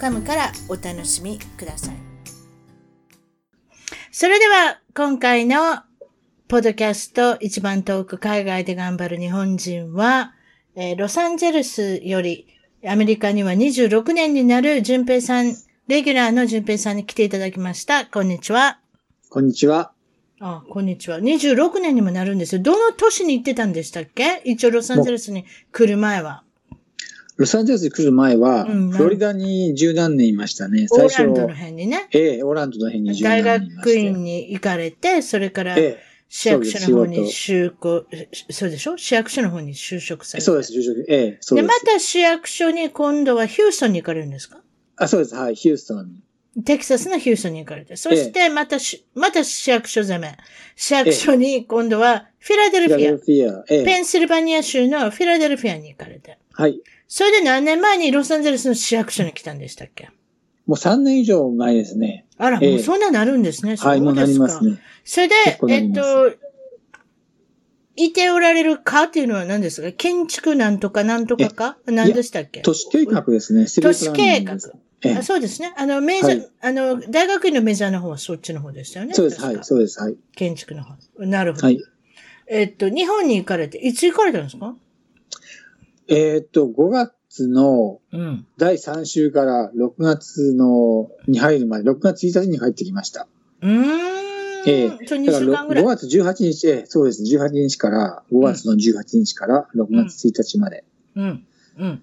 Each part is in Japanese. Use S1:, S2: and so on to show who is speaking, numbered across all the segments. S1: .com からお楽しみくださいそれでは今回のポッドキャスト一番遠く海外で頑張る日本人は、えーロサンゼルスよりアメリカには26年になる淳平さん、レギュラーの淳平さんに来ていただきました。こんにちは。
S2: こんにちは。
S1: あ、こんにちは。26年にもなるんですよ。どの都市に行ってたんでしたっけ一応ロサンゼルスに来る前は。
S2: ロサンゼルスに来る前は、
S1: うん
S2: フロリダに十何年いましたね。
S1: オ
S2: 最
S1: ーラ
S2: 初
S1: ン、ドの辺にね。
S2: ええ、オーランドの辺に十何
S1: 大
S2: 年いました
S1: 学院に行かれて、それから
S2: え
S1: 市役所の方に
S2: そうです
S1: 就こそうでしょ市役所の方に就職され
S2: え、
S1: て。
S2: そうです、就職。ええ、そう
S1: で、
S2: で。
S1: ますた市役所に今度はヒューストンに行かれるんですか
S2: あ、そうです、はい、ヒューストンに。
S1: テキサスのヒューストンに行かれて。そして、またし、また市役所攻め。市役所に今度はフィラデル
S2: フ
S1: フ
S2: ィラデル
S1: ィ
S2: フィア、え
S1: ア。
S2: え、
S1: ペンシルバニア州のフィラデルフィアに行かれて。
S2: はい。
S1: それで何年前にロサンゼルスの市役所に来たんでしたっけ
S2: もう三年以上前ですね。
S1: あら、
S2: ええ
S1: もうそんななるんですね。そう
S2: はい、もうな
S1: で
S2: り
S1: す
S2: ま
S1: か
S2: す。ね。
S1: それで
S2: 結構、な
S1: え
S2: り
S1: っ
S2: ます
S1: と、いておられるかっていうのは何ですか建築なんとかなんとかか何でしたっけ
S2: 都市計画ですね、シビ
S1: 都
S2: ルプ
S1: 市
S2: ランニ
S1: 計
S2: ング
S1: 画
S2: です。。え
S1: あ
S2: え、
S1: そうですね。あの、メジャー、
S2: はい
S1: あの、大学院のメジャーの方はそっちの方でしたよね。
S2: そうです、は
S1: 確
S2: い、
S1: か
S2: そうです、はい。
S1: 建築の方。なるほど。
S2: はい。
S1: えっと、日本に行かれて、いつ行かれたんですか
S2: えーっと、5月の
S1: うん。
S2: 第3週から6月のに入るまで、6月1日に入ってきました。
S1: うーん。
S2: ええ
S1: そう、2
S2: だから
S1: 週
S2: ろ
S1: 間ぐらい
S2: 5。月18日、ええそうです。18日から、5月の18日から6月1日まで。
S1: うん。うん。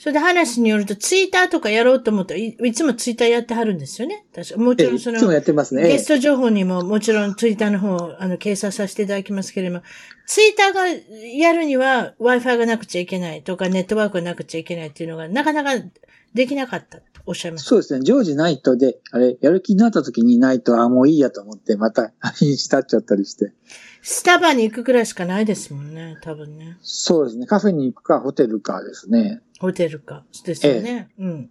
S1: それで話によると、ツイッターとかやろうと思ったらい、いつもツイッターやってはるんですよね。確か。もち
S2: ええ
S1: ろん
S2: い
S1: そ
S2: つも
S1: の、
S2: やってますね。ええ
S1: ゲスト情報にももちろんツイッターの方を、あの、掲載させていただきますけれども、ツイッターがやるには Wi-Fi がなくちゃいけないとか、ネットワークがなくちゃいけないっていうのが、なかなかできなかったとおっしゃいました。
S2: そうですね。常時ナイトで、あれ、やる気になった時にナイト、あ、もういいやと思って、また、日にち経っちゃったりして。
S1: スタバに行くくらいしかないですもんね、多分ね。
S2: そうですね。カフェに行くか、ホテルかですね。
S1: ホテルか。ですよね。うん。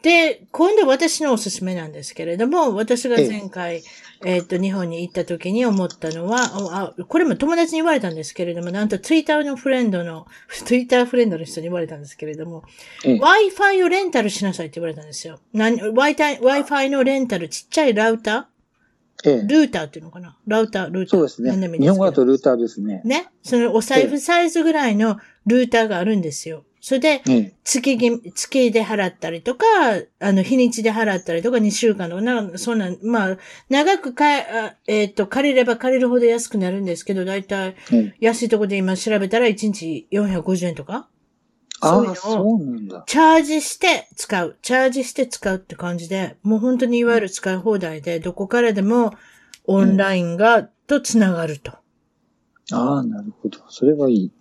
S1: で、今度私のおすすめなんですけれども、私が前回、えっと、日本に行った時に思ったのは、おあ、これも友達に言われたんですけれども、なんとツイッターのフレンドの、 ツイッターフレンドの人に言われたんですけれども、
S2: ええ
S1: Wi-Fi をレンタルしなさいって言われたんですよ。何 Wi-Fi Wi-Fi のレンタル、ちっちゃいラウタ
S2: え
S1: ー
S2: え
S1: ルーターっていうのかなラウター、ルーター。
S2: そうです
S1: 何でも
S2: ね。
S1: いいんで
S2: 日
S1: すけど
S2: 本語だとルーターですね。
S1: ね。そのお財布サイズぐらいのルーターがあるんですよ。それで、
S2: ええ。
S1: 月ぎ、月で払ったりとか、あの、日にちで払ったりとか、2週間とか、な、そんなん、まあ、長くかえ、あえっ、と、借りれば借りるほど安くなるんですけど、だいたい
S2: ええ、
S1: 安いとこで今調べたら1日450円とか
S2: あ
S1: そういう
S2: あ、
S1: のを
S2: そうなんだ。
S1: チャージして使う。チャージして使うって感じで、もう本当にいわゆる使い放題で、どこからでもオンラインが、と繋がると。
S2: ああ、なるほど。それはいい。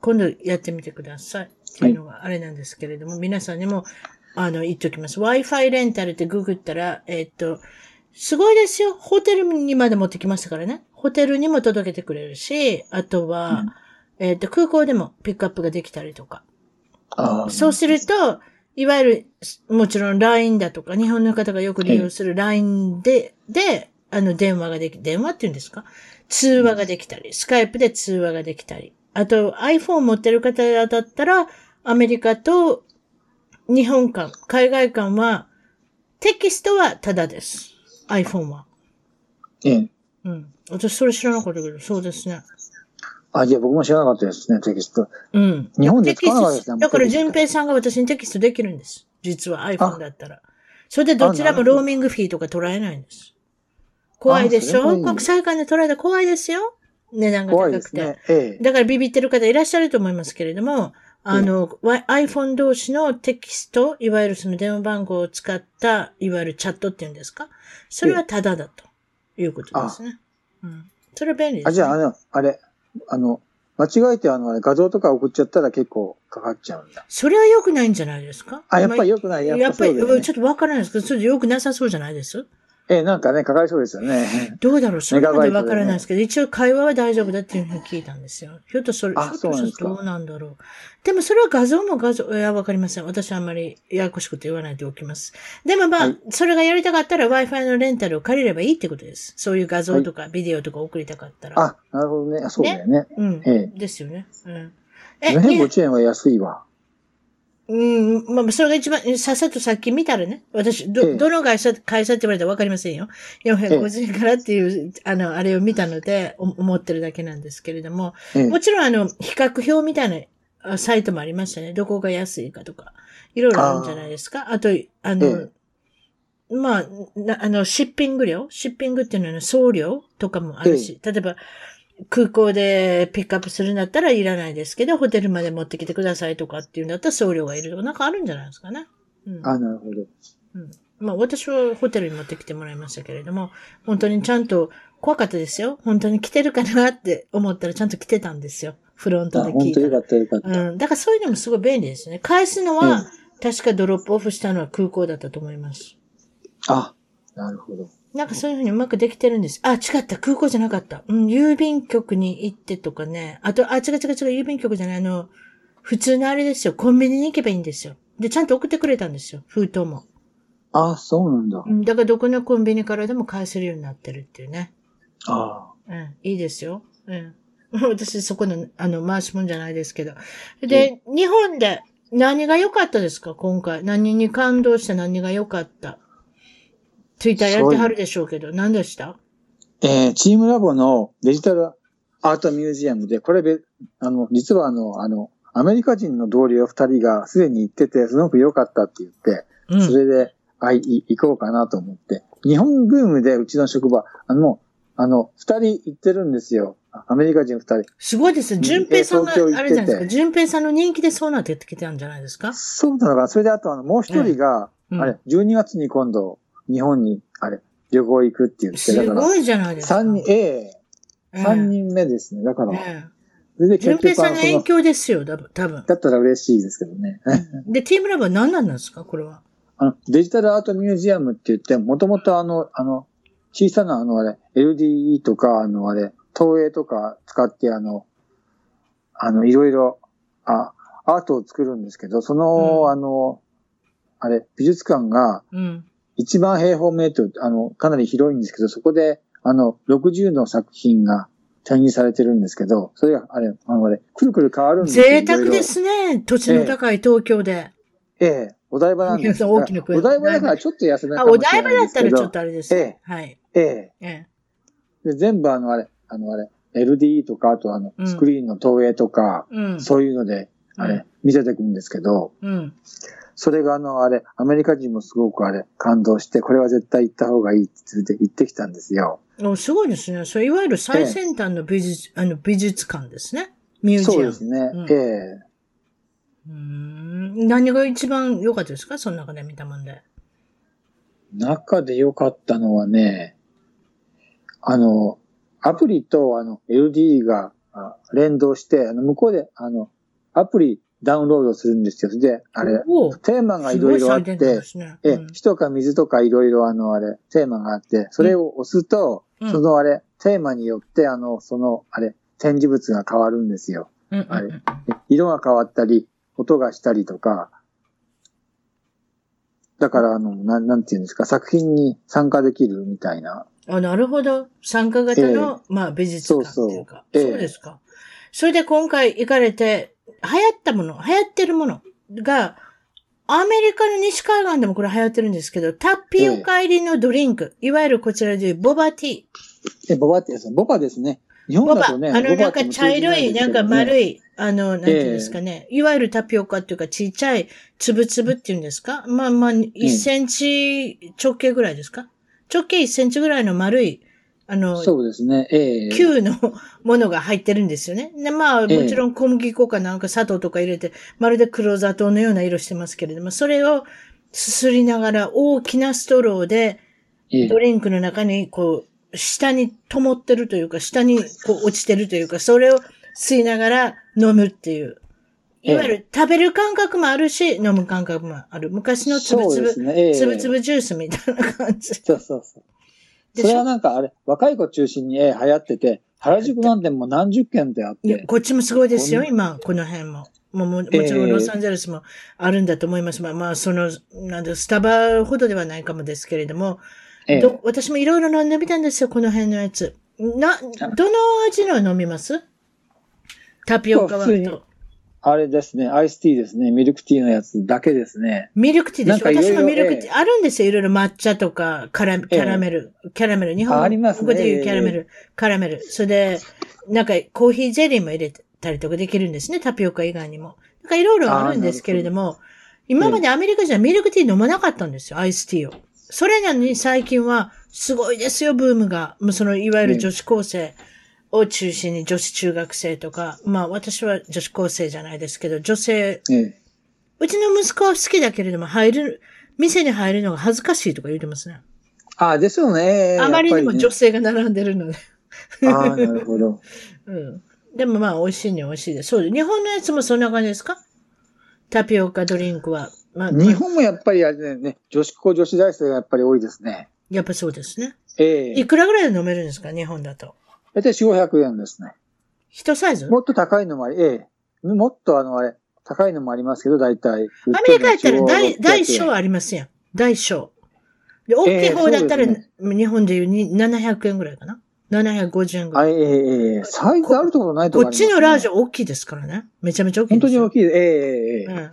S1: 今度やってみてください。っていうのがあれなんですけれども、皆さんにも、あの、言っておきます。Wi-Fi レンタルってググったら、えーっと、すごいですよ。ホテルにまで持ってきましたからね。ホテルにも届けてくれるし、あとは、えーっと、空港でもピックアップができたりとか。
S2: ああ。
S1: そうすると、いわゆる、もちろん LINE だとか、日本の方がよく利用する LINE で、で、あの、電話ができ、電話っていうんですか通話ができたり、スカイプで通話ができたり。あと、iPhone 持ってる方だったら、アメリカと日本間、海外間は、テキストはタダです。iPhone は。
S2: ええ。
S1: うん。私、それ知らなかったけど、そうですね。
S2: あ、じゃあ僕も知らなかったですね、テキスト。
S1: うん。
S2: 日本で
S1: テキ
S2: 使わなかったで
S1: ス
S2: すね
S1: ト、
S2: もう
S1: だから
S2: テキスト
S1: 淳平さんが私にテキストできるんです。実は iPhone だったら。それでどちらも
S2: あなるほ
S1: ロ
S2: ど
S1: ーミングフィーとか取られないんです。怖いでし
S2: あそれは
S1: ょ
S2: いい
S1: 国際間で取られたら怖いですよ。値段が
S2: 怖い
S1: 高
S2: で
S1: く
S2: す
S1: て。
S2: ね。ええ。
S1: だからビビってる方いらっしゃると思いますけれども、あの、わ iPhone 同士のテキスト、いわゆるその電話番号を使った、いわゆるチャットっていうんですかそれはタダだということですね。うん。それは便利です、ね。
S2: あ、じゃあ、あの、あれ、あの、間違えてあの、あれ画像とか送っちゃったら結構かかっちゃうんだ。
S1: それは良くないんじゃないですか
S2: あ、やっぱり良くない。
S1: や
S2: や
S1: っ
S2: っ
S1: ぱ
S2: ぱ
S1: り、
S2: そうだよね
S1: ちょっとわからないですけど、それ良くなさそうじゃないです
S2: え、なんかね、かかりそうですよね。
S1: どうだろうそれまで
S2: メガバイトでね
S1: わからないですけど、一応会話は大丈夫だっていうふうに聞いたんですよ。ひょっとそれ、ひょ
S2: あ
S1: っ
S2: そう
S1: と
S2: なん
S1: す
S2: で
S1: る
S2: す
S1: と
S2: か
S1: どうなんだろう。でもそれは画像も画像、いや、わかりません。私はあんまりややこしくて言わないでおきます。でもまあ、
S2: はい
S1: それがやりたかったら Wi-Fi のレンタルを借りればいいってことです。そういう画像とかビデオとか送りたかったら。
S2: あ、なるほどね。あそうだよね。
S1: うん。
S2: え
S1: ですよね。うん。
S2: え。
S1: え、に
S2: 750円は安いわ。
S1: うん、まあ、それが一番、えさっさとさっき見たらね、私、
S2: え
S1: ど、
S2: え
S1: どの会社、会社って言われたらわかりませんよ。450円からっていう、あの、あれを見たので、お思ってるだけなんですけれども、
S2: ええ
S1: も。ちろん、あの、比較表みたいなあサイトもありましたね。どこが安いかとか、いろいろあるんじゃないですか。あと、あの、
S2: え
S1: まあ、なあの、シッピング料シッピングっていうのは送料とかもあるし、例えば、空港でピックアップするんだったらいらないですけど、ホテルまで持ってきてくださいとかっていうんだったら送料がいるとか、なんかあるんじゃないですかね。うん、
S2: あ、なるほど。
S1: うんまあ私はホテルに持ってきてもらいましたけれども、本当にちゃんと怖かったですよ。本当に来てるかなって思ったらちゃんと来てたんですよ。フロン
S2: あ、
S1: トで聞
S2: 本
S1: い
S2: 当
S1: た。
S2: よからったよかった。
S1: うん。だからそういうのもすごい便利ですね。返すの
S2: うん
S1: は、確かドロップオフしたのは空港だったと思います。
S2: あ、なるほど。
S1: なんかそういうふうにうまくできてるんです。あ、違った。空港じゃなかった。うん。郵便局に行ってとかね。あと、あ、違う違う違う。郵便局じゃない。あの、普通のあれですよ。コンビニに行けばいいんですよ。で、ちゃんと送ってくれたんですよ。封筒も。
S2: あ、そうなんだ
S1: う。んだからどこのコンビニからでも返せるようになってるっていうね。
S2: あ
S1: うん、いいですよ。うん。 私そこの、あの、回しもんじゃないですけど。で、日本で何が良かったですか今回。何に感動した何が良かったツイッターやってはるでしょうけど、何でした
S2: えー、チームラボのデジタルアートミュージアムで、これべ、あの、実はあの、あの、アメリカ人の同僚二人がすでに行ってて、すごく良かったって言って、
S1: うん。
S2: それで、あい、い行こうかなと思って。日本ブームで、うちの職場、あの、あの、二人行ってるんですよ。アメリカ人二人。
S1: すごいですね。
S2: うん
S1: 淳平さんが、
S2: え東京行ってて
S1: あれじゃないですか。淳平さんの人気でそうなってきたんじゃないですか
S2: そうなのかなそれであと、あの、もう一人が、
S1: うん
S2: あれ、12月に今度、日本に、あれ、旅行行くって言って、
S1: す
S2: だから、
S1: ごいじゃないですか。
S2: 三人、ええ、三人目ですね。だから、
S1: え
S2: それで
S1: え。淳
S2: 結
S1: 平
S2: 局
S1: さん
S2: あ
S1: の
S2: の、そ
S1: 影
S2: の
S1: 響ですよ、多分多分。
S2: だったら嬉しいですけどね。
S1: で、ティームラボは何なんですかこれは。
S2: あの、デジタルアートミュージアムって言って、もともとあの、あの、小さなあの、あれ、LDE とか、あの、あれ、投影とか使って、あの、あの、いろいろ、あ、アートを作るんですけど、その、
S1: うん
S2: あの、あれ、美術館が
S1: うん。
S2: 1万平方メートル、あの、かなり広いんですけど、そこで、あの、60の作品が展示されてるんですけど、それが、あれ、あの、あれ、くるくる変わるんですよ
S1: 贅沢
S2: いろいろ
S1: ですね。土地の高い東京で。
S2: ええ、お台場なんですが。
S1: 大きな声
S2: お台場だからちょっと安め
S1: あ、
S2: かも
S1: お
S2: しれ
S1: 台場
S2: な
S1: だっ
S2: いです
S1: たら
S2: けど。
S1: ちょっとあれです。
S2: え
S1: はい。
S2: ええ
S1: え
S2: え。で、全部あの、あれ、あの、あれ、LD とか、あとあの
S1: う、ん
S2: スクリーンの投影とか、
S1: え。うん。
S2: そういうので、あれ、見せてくんですけど、
S1: うん。
S2: それがあの、あれ、アメリカ人もすごくあれ、感動して、これは絶対行った方がいいって言って行ってきたんですよ。
S1: お、すごいですね。それいわゆる最先端の美術、あの、美術館ですね。ミュージアム。
S2: そうですね。
S1: うん
S2: ええ。
S1: うーん。何が一番良かったですかその中で見たもんで。
S2: 中で良かったのはね、あの、アプリとあの LD があ連動して、あの向こうであのアプリダウンロードするんですよ。それで、あれ、
S1: おー
S2: テーマがい
S1: す
S2: ろ
S1: ご
S2: い
S1: い
S2: ろあっ
S1: 最先端で
S2: て、
S1: すね。
S2: え
S1: うん、
S2: 火とか水とかいろいろあの、あれ、テーマがあって、それを押すと、
S1: うん
S2: そのあれ、テーマによって、あの、その、あれ、展示物が変わるんですよ。
S1: うんうん
S2: あれ
S1: うん
S2: 色が変わったり、音がしたりとか、だから、あの、なん、なんていうんですか、作品に参加できるみたいな。
S1: あ、なるほど。参加型の、まあ、美術館っていうか。そ
S2: そううそうええ
S1: ですか。それで今回行かれて、流行ったもの、流行ってるものが、アメリカの西海岸でもこれ流行ってるんですけど、タピオカ入りのドリンク、いわゆるこちらでいうボバティー。
S2: え、ボバってやつ、ボバですね。日本
S1: ボバ、あ
S2: だと
S1: の、
S2: ね、
S1: なんか茶色い、なんか丸
S2: い。
S1: い、あの、なんていうんですかね、いわゆるタピオカっていうか、ちっちゃい、つぶつぶっていうんですかまあまあ、1センチ直径ぐらいですか直径1センチぐらいの丸い、あの、
S2: そうですね、ええ。
S1: 旧のものが入ってるんですよね。でまあ、も
S2: ええ
S1: ちろん小麦粉かなんか砂糖とか入れて、まるで黒砂糖のような色してますけれども、それをすすりながら大きなストローで、
S2: ええ
S1: ドリンクの中にこう、下に灯ってるというか、下にこう落ちてるというか、それを吸いながら飲むっていう。
S2: ええ
S1: いわゆる食べる感覚もあるし、飲む感覚もある。昔のつぶ
S2: そう
S1: つ
S2: です
S1: ぶ、
S2: ね。ええ
S1: つぶつぶジュースみたいな感じ。
S2: そうそうそう。
S1: で
S2: それはなんかあれ、若い子中心に、ええ流行ってて、原宿なんてもう何十軒ってあっ
S1: いや
S2: て、
S1: こっちもすごいですよ、
S2: こん
S1: 今、この辺も。もうもも
S2: ええ
S1: ちろんロサンゼルスもあるんだと思いますが、まあ、その、なんだ、スタバほどではないかもですけれども、
S2: ええ
S1: ど私もいろいろ飲んでみたんですよ、この辺のやつ。な、どの味の飲みますタピオカは
S2: そう普通に
S1: と。
S2: あれですね、アイスティーですね、ミルクティーのやつだけですね。
S1: ミルクティーでしょ
S2: なんかいろい
S1: 私
S2: ろ
S1: もミルクティ
S2: ええ
S1: ー、あるんですよ。いろいろ抹茶とか、カラキャラメル、キャラメル、日本
S2: あありますね
S1: 語で言うキャラメル、カラメル。それで、なんかコーヒーゼリーも入れたりとかできるんですね。タピオカ以外にも。なんかいろいろあるんですけれども、今までアメリカ人はミルクティー飲まなかったんですよ、アイスティーを。それなのに最近は、すごいですよ、ブームが。もうその、いわゆる女子高生を中心に女子中学生とか、まあ私は女子高生じゃないですけど、女性
S2: ええ。
S1: うちの息子は好きだけれども、入る、店に入るのが恥ずかしいとか言ってますね。
S2: ああ、ですよね。ええ
S1: あまりにも
S2: や
S1: 女
S2: っ
S1: 性が並んでるので。
S2: ぱりねああ、なるほ ど。
S1: うん。でもまあ、美味しいには美味しいです。そうです。日本のやつもそんな感じですかタピオカドリンクは。まあ、
S2: 日本もやっぱりあれだよね、女子高女子大生がやっぱり多いですね。
S1: やっぱそうですね。
S2: ええ
S1: いくらぐらいで飲めるんですか日本だと。
S2: 大体4、500円ですね。
S1: 一サイズ
S2: もっと高いのもあり、ええ。もっとあの、あれ、高いのもありますけど、大体。
S1: アメリカやったら大、大
S2: 小
S1: 小ありますやん。大小。で、大きい方だったら、
S2: そうです
S1: 日本でいうに700円ぐらいかな ?750 円ぐら
S2: あ
S1: い。
S2: ええええええ。サイズあるところないと
S1: こ
S2: こあ
S1: っ
S2: ります
S1: ち
S2: ね
S1: のラージは大きいですからね。めちゃめちゃ大きい
S2: 本
S1: で
S2: 当
S1: す
S2: に
S1: よ。
S2: 大きい。ええええええ。
S1: うん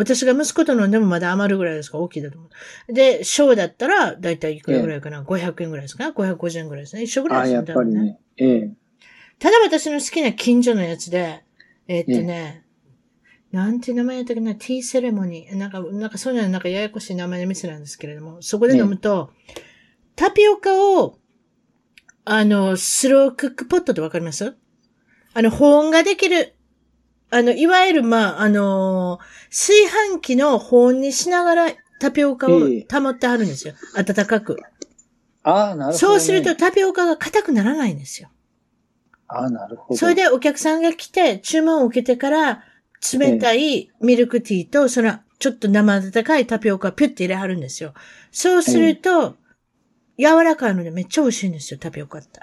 S1: 私が息子と飲んでもまだ余るぐらいですから大きいだと思う。で、小だったら、だいたいいくらぐらいかな、?500 円ぐらいですかね ?550 円ぐらいですね。一緒ぐら
S2: あ
S1: い
S2: あ、
S1: です
S2: や
S1: よ
S2: っぱり。
S1: 多分ね
S2: ね。ええ。
S1: ただ私の好きな近所のやつで、えーっとね、なんていう名前やったっけな、ティーセレモニー。なんか、なんかそういうのなんかややこしい名前の店なんですけれども、そこで飲むと、タピオカを、あの、スロークックポットってわかりますあの、保温ができる。あの、いわゆる、まあ、あの炊飯器の保温にしながらタピオカを
S2: ええ
S1: 保ってあるんですよ。温かく。
S2: ああ、なるほど、ね。
S1: そうすると。タピオカが硬くならないんですよ。
S2: ああ、なるほど。
S1: それ。でお客さんが来て、注文を受けてから、冷たいミルクティーと、その、ちょっと生温かいタピオカをピュッて入れはるんですよ。そうすると、柔らかいのでめっちゃ美味しいんですよ、タピオカって。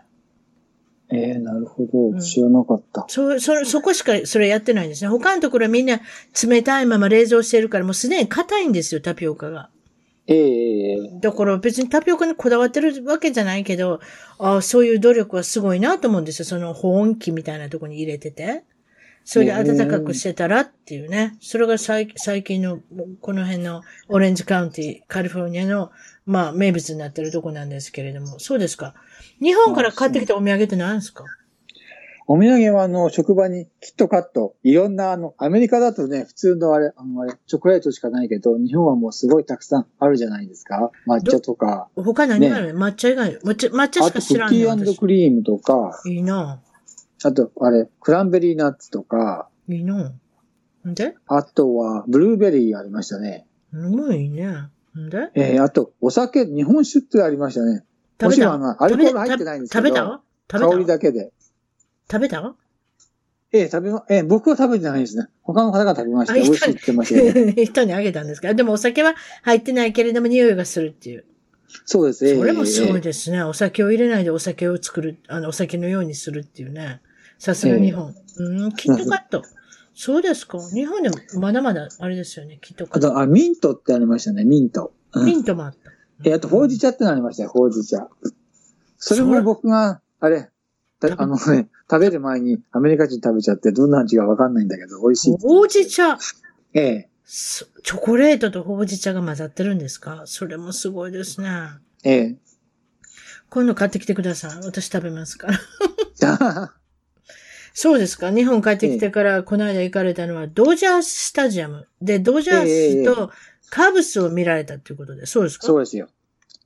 S2: ええなるほ
S1: うん
S2: ど。知らなかった。
S1: そ、そ、そこしかそれやってないんですね。他のところはみんな冷たいまま冷蔵してるから、もうすでに硬いんですよ、タピオカが。
S2: ええええ
S1: だから別にタピオカにこだわってるわけじゃないけど、ああ、そういう努力はすごいなと思うんですよ。その保温器みたいなとこに入れてて。それで暖かくしてたらっていうね。それが最最近の、この辺のオレンジカウンティ、カリフォルニアの、まあ、名物になってるとこなんですけれども。そうですか。日本から買ってきたお土産って何ですか
S2: お土産は、あの、職場にキットカット、いろんな、あの、アメリカだとね、普通のあれ、あの、あれ、チョコレートしかないけど、日本はもうすごいたくさんあるじゃないですか。抹茶とか、
S1: 他何があるの、抹茶以外。抹茶、抹茶
S2: あ
S1: し
S2: と、
S1: か
S2: ク
S1: 知
S2: ッ
S1: ら
S2: キ
S1: んの
S2: ー
S1: 私
S2: クリームとか、
S1: いいな
S2: あと、あれ、クランベリーナッツとか、
S1: ぁいいなぁんで
S2: あとは、ブルーベリーありましたね。
S1: すごいね。んで
S2: ええあと、お酒、日本酒ってありましたね。も
S1: 食べ
S2: ち
S1: た
S2: ろんあの、アルコール入ってないんですけど、
S1: 食べた食べた
S2: 香りだけで。
S1: 食べた
S2: ええ、食べま、ええ、僕は食べてないですね。他の方が食べました。
S1: あ
S2: 美
S1: いた
S2: 味しいって言ってまし たけど。
S1: 人にあげたんですけど、でもお酒は入ってないけれども匂いがするっていう。
S2: そうです。ええ
S1: それもすごい
S2: ええ
S1: ですね。お酒を入れないでお酒を作る、あの、お酒のようにするっていうね。さすが日本。うん、キットカット。そうですか。日本でもまだまだあれですよね、キットカ
S2: あ
S1: ット。
S2: と、あ、ミントってありましたね、ミント。うん
S1: ミントもあった。
S2: ええ、あと、ほうじ茶ってのありましたよ、ほうじ茶。それ
S1: それ
S2: も僕が、あれ、た
S1: 食べ
S2: あのね、食べる前にアメリカ人食べちゃって、どんな味かわかんないんだけど、美味しいって。
S1: ほうじ茶。
S2: ええ、
S1: そチョコレートとほうじ茶が混ざってるんですかそれもすごいですね。
S2: ええ。
S1: 今度買ってきてください。私食べますから。そうですか。日本帰ってきてから、この間行かれたのは、ドジャーススタジアム。で、ドジャース
S2: ええ
S1: とカブスを見られたっていうことで、そうですか
S2: そうですよ。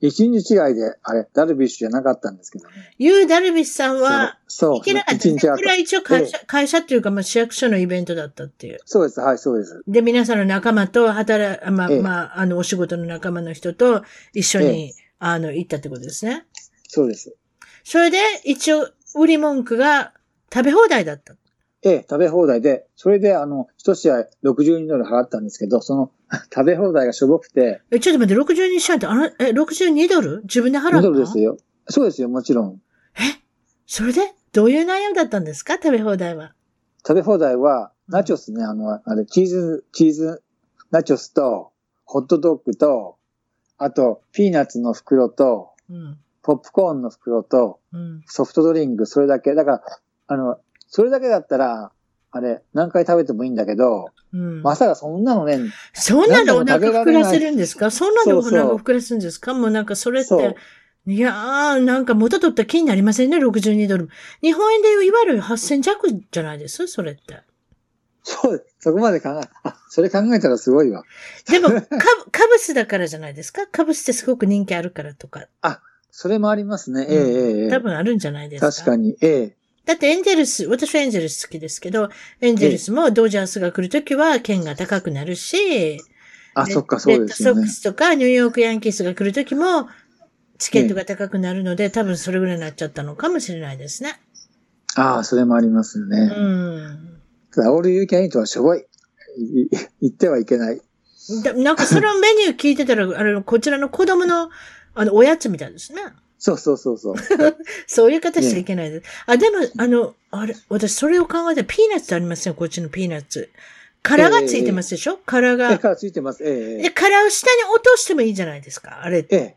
S2: 一日違いで、あれ、ダルビッシュじゃなかったんですけどね。
S1: ユー・ダルビスさんは、
S2: そう、
S1: 行けなかった
S2: 一
S1: ですね。
S2: 日
S1: こ
S2: あった
S1: れは一応会社、会社っていうか、まあ、市役所のイベントだったっていう。
S2: そうです、はい、そうです。
S1: で、皆さんの仲間と働、まあ、
S2: ええ
S1: まあ、あの、お仕事の仲間の人と一緒に、あの、行ったってことですね。
S2: そうです。
S1: それで、一応、売り文句が食べ放題だった。
S2: ええ、食べ放題で、それであの、一試合62ドル払ったんですけど、その、 食べ放題がしょぼくて、
S1: え、ちょっと待って、62社って、あの、え、62ドル自分で払った
S2: 2ドルですよ。そうですよ、もちろん。
S1: えそれでどういう内容だったんですか食べ放題は。
S2: 食べ放題は、ナチョスね、あの、あれ、チーズ、チーズ、ナチョスと、ホットドッグと、あと、ピーナッツの袋と、
S1: うん。
S2: ポップコーンの袋と、
S1: うん。
S2: ソフトドリンク、それだけ。だから、あの、それだけだったら、あれ、何回食べてもいいんだけど、
S1: うん。
S2: まさかそんなのね、
S1: そんなのお
S2: なん
S1: 腹
S2: でも食
S1: 膨
S2: べられない
S1: らせるんですかそんなのお
S2: そうそう
S1: 腹膨らせるんですかもうなんかそれっ
S2: そ
S1: て
S2: う。
S1: いやー、なんか元取った気になりませんね、62ドル。日本円でいわゆる8000弱じゃないですそれって。
S2: そう、そこまで考え、あ、それ考えたらすごいわ。
S1: で も、カブ、カブスだからじゃないですかカブスってすごく人気あるからとか。
S2: それもありますね。え
S1: うん
S2: ええええ
S1: 多
S2: え
S1: 分あるんじゃないですか
S2: 確かに、ええ
S1: だってエンゼルス、私はエンゼルス好きですけど、エンゼルスもドジャースが来るときは券が高くなるし、
S2: あ、
S1: レ
S2: そっか、そうですよ
S1: レッドソッ
S2: ね
S1: ク。スとかニューヨークヤンキースが来るときも、チケットが高くなるので、多分それぐらいになっちゃったのかもしれないですね。
S2: ああ、それもあります
S1: う
S2: ね。
S1: ん。
S2: ただ、オールユーキャンイートはしょぼい。いい言ってはいけない。
S1: だなんかそのメニュー聞いてたら、あの、こちらの子供の、あの、おやつみたいですね。
S2: そうそうそ うそう。
S1: そういう形しちゃいけないです。あ、でも、あの、あれ、私それを考えて、ピーナッツありますよ、こっちのピーナッツ。殻がついてますでしょ殻
S2: ええ
S1: が。
S2: からついてます。えええ
S1: で、殻を下に落としてもいいじゃないですか、あれって。
S2: えええ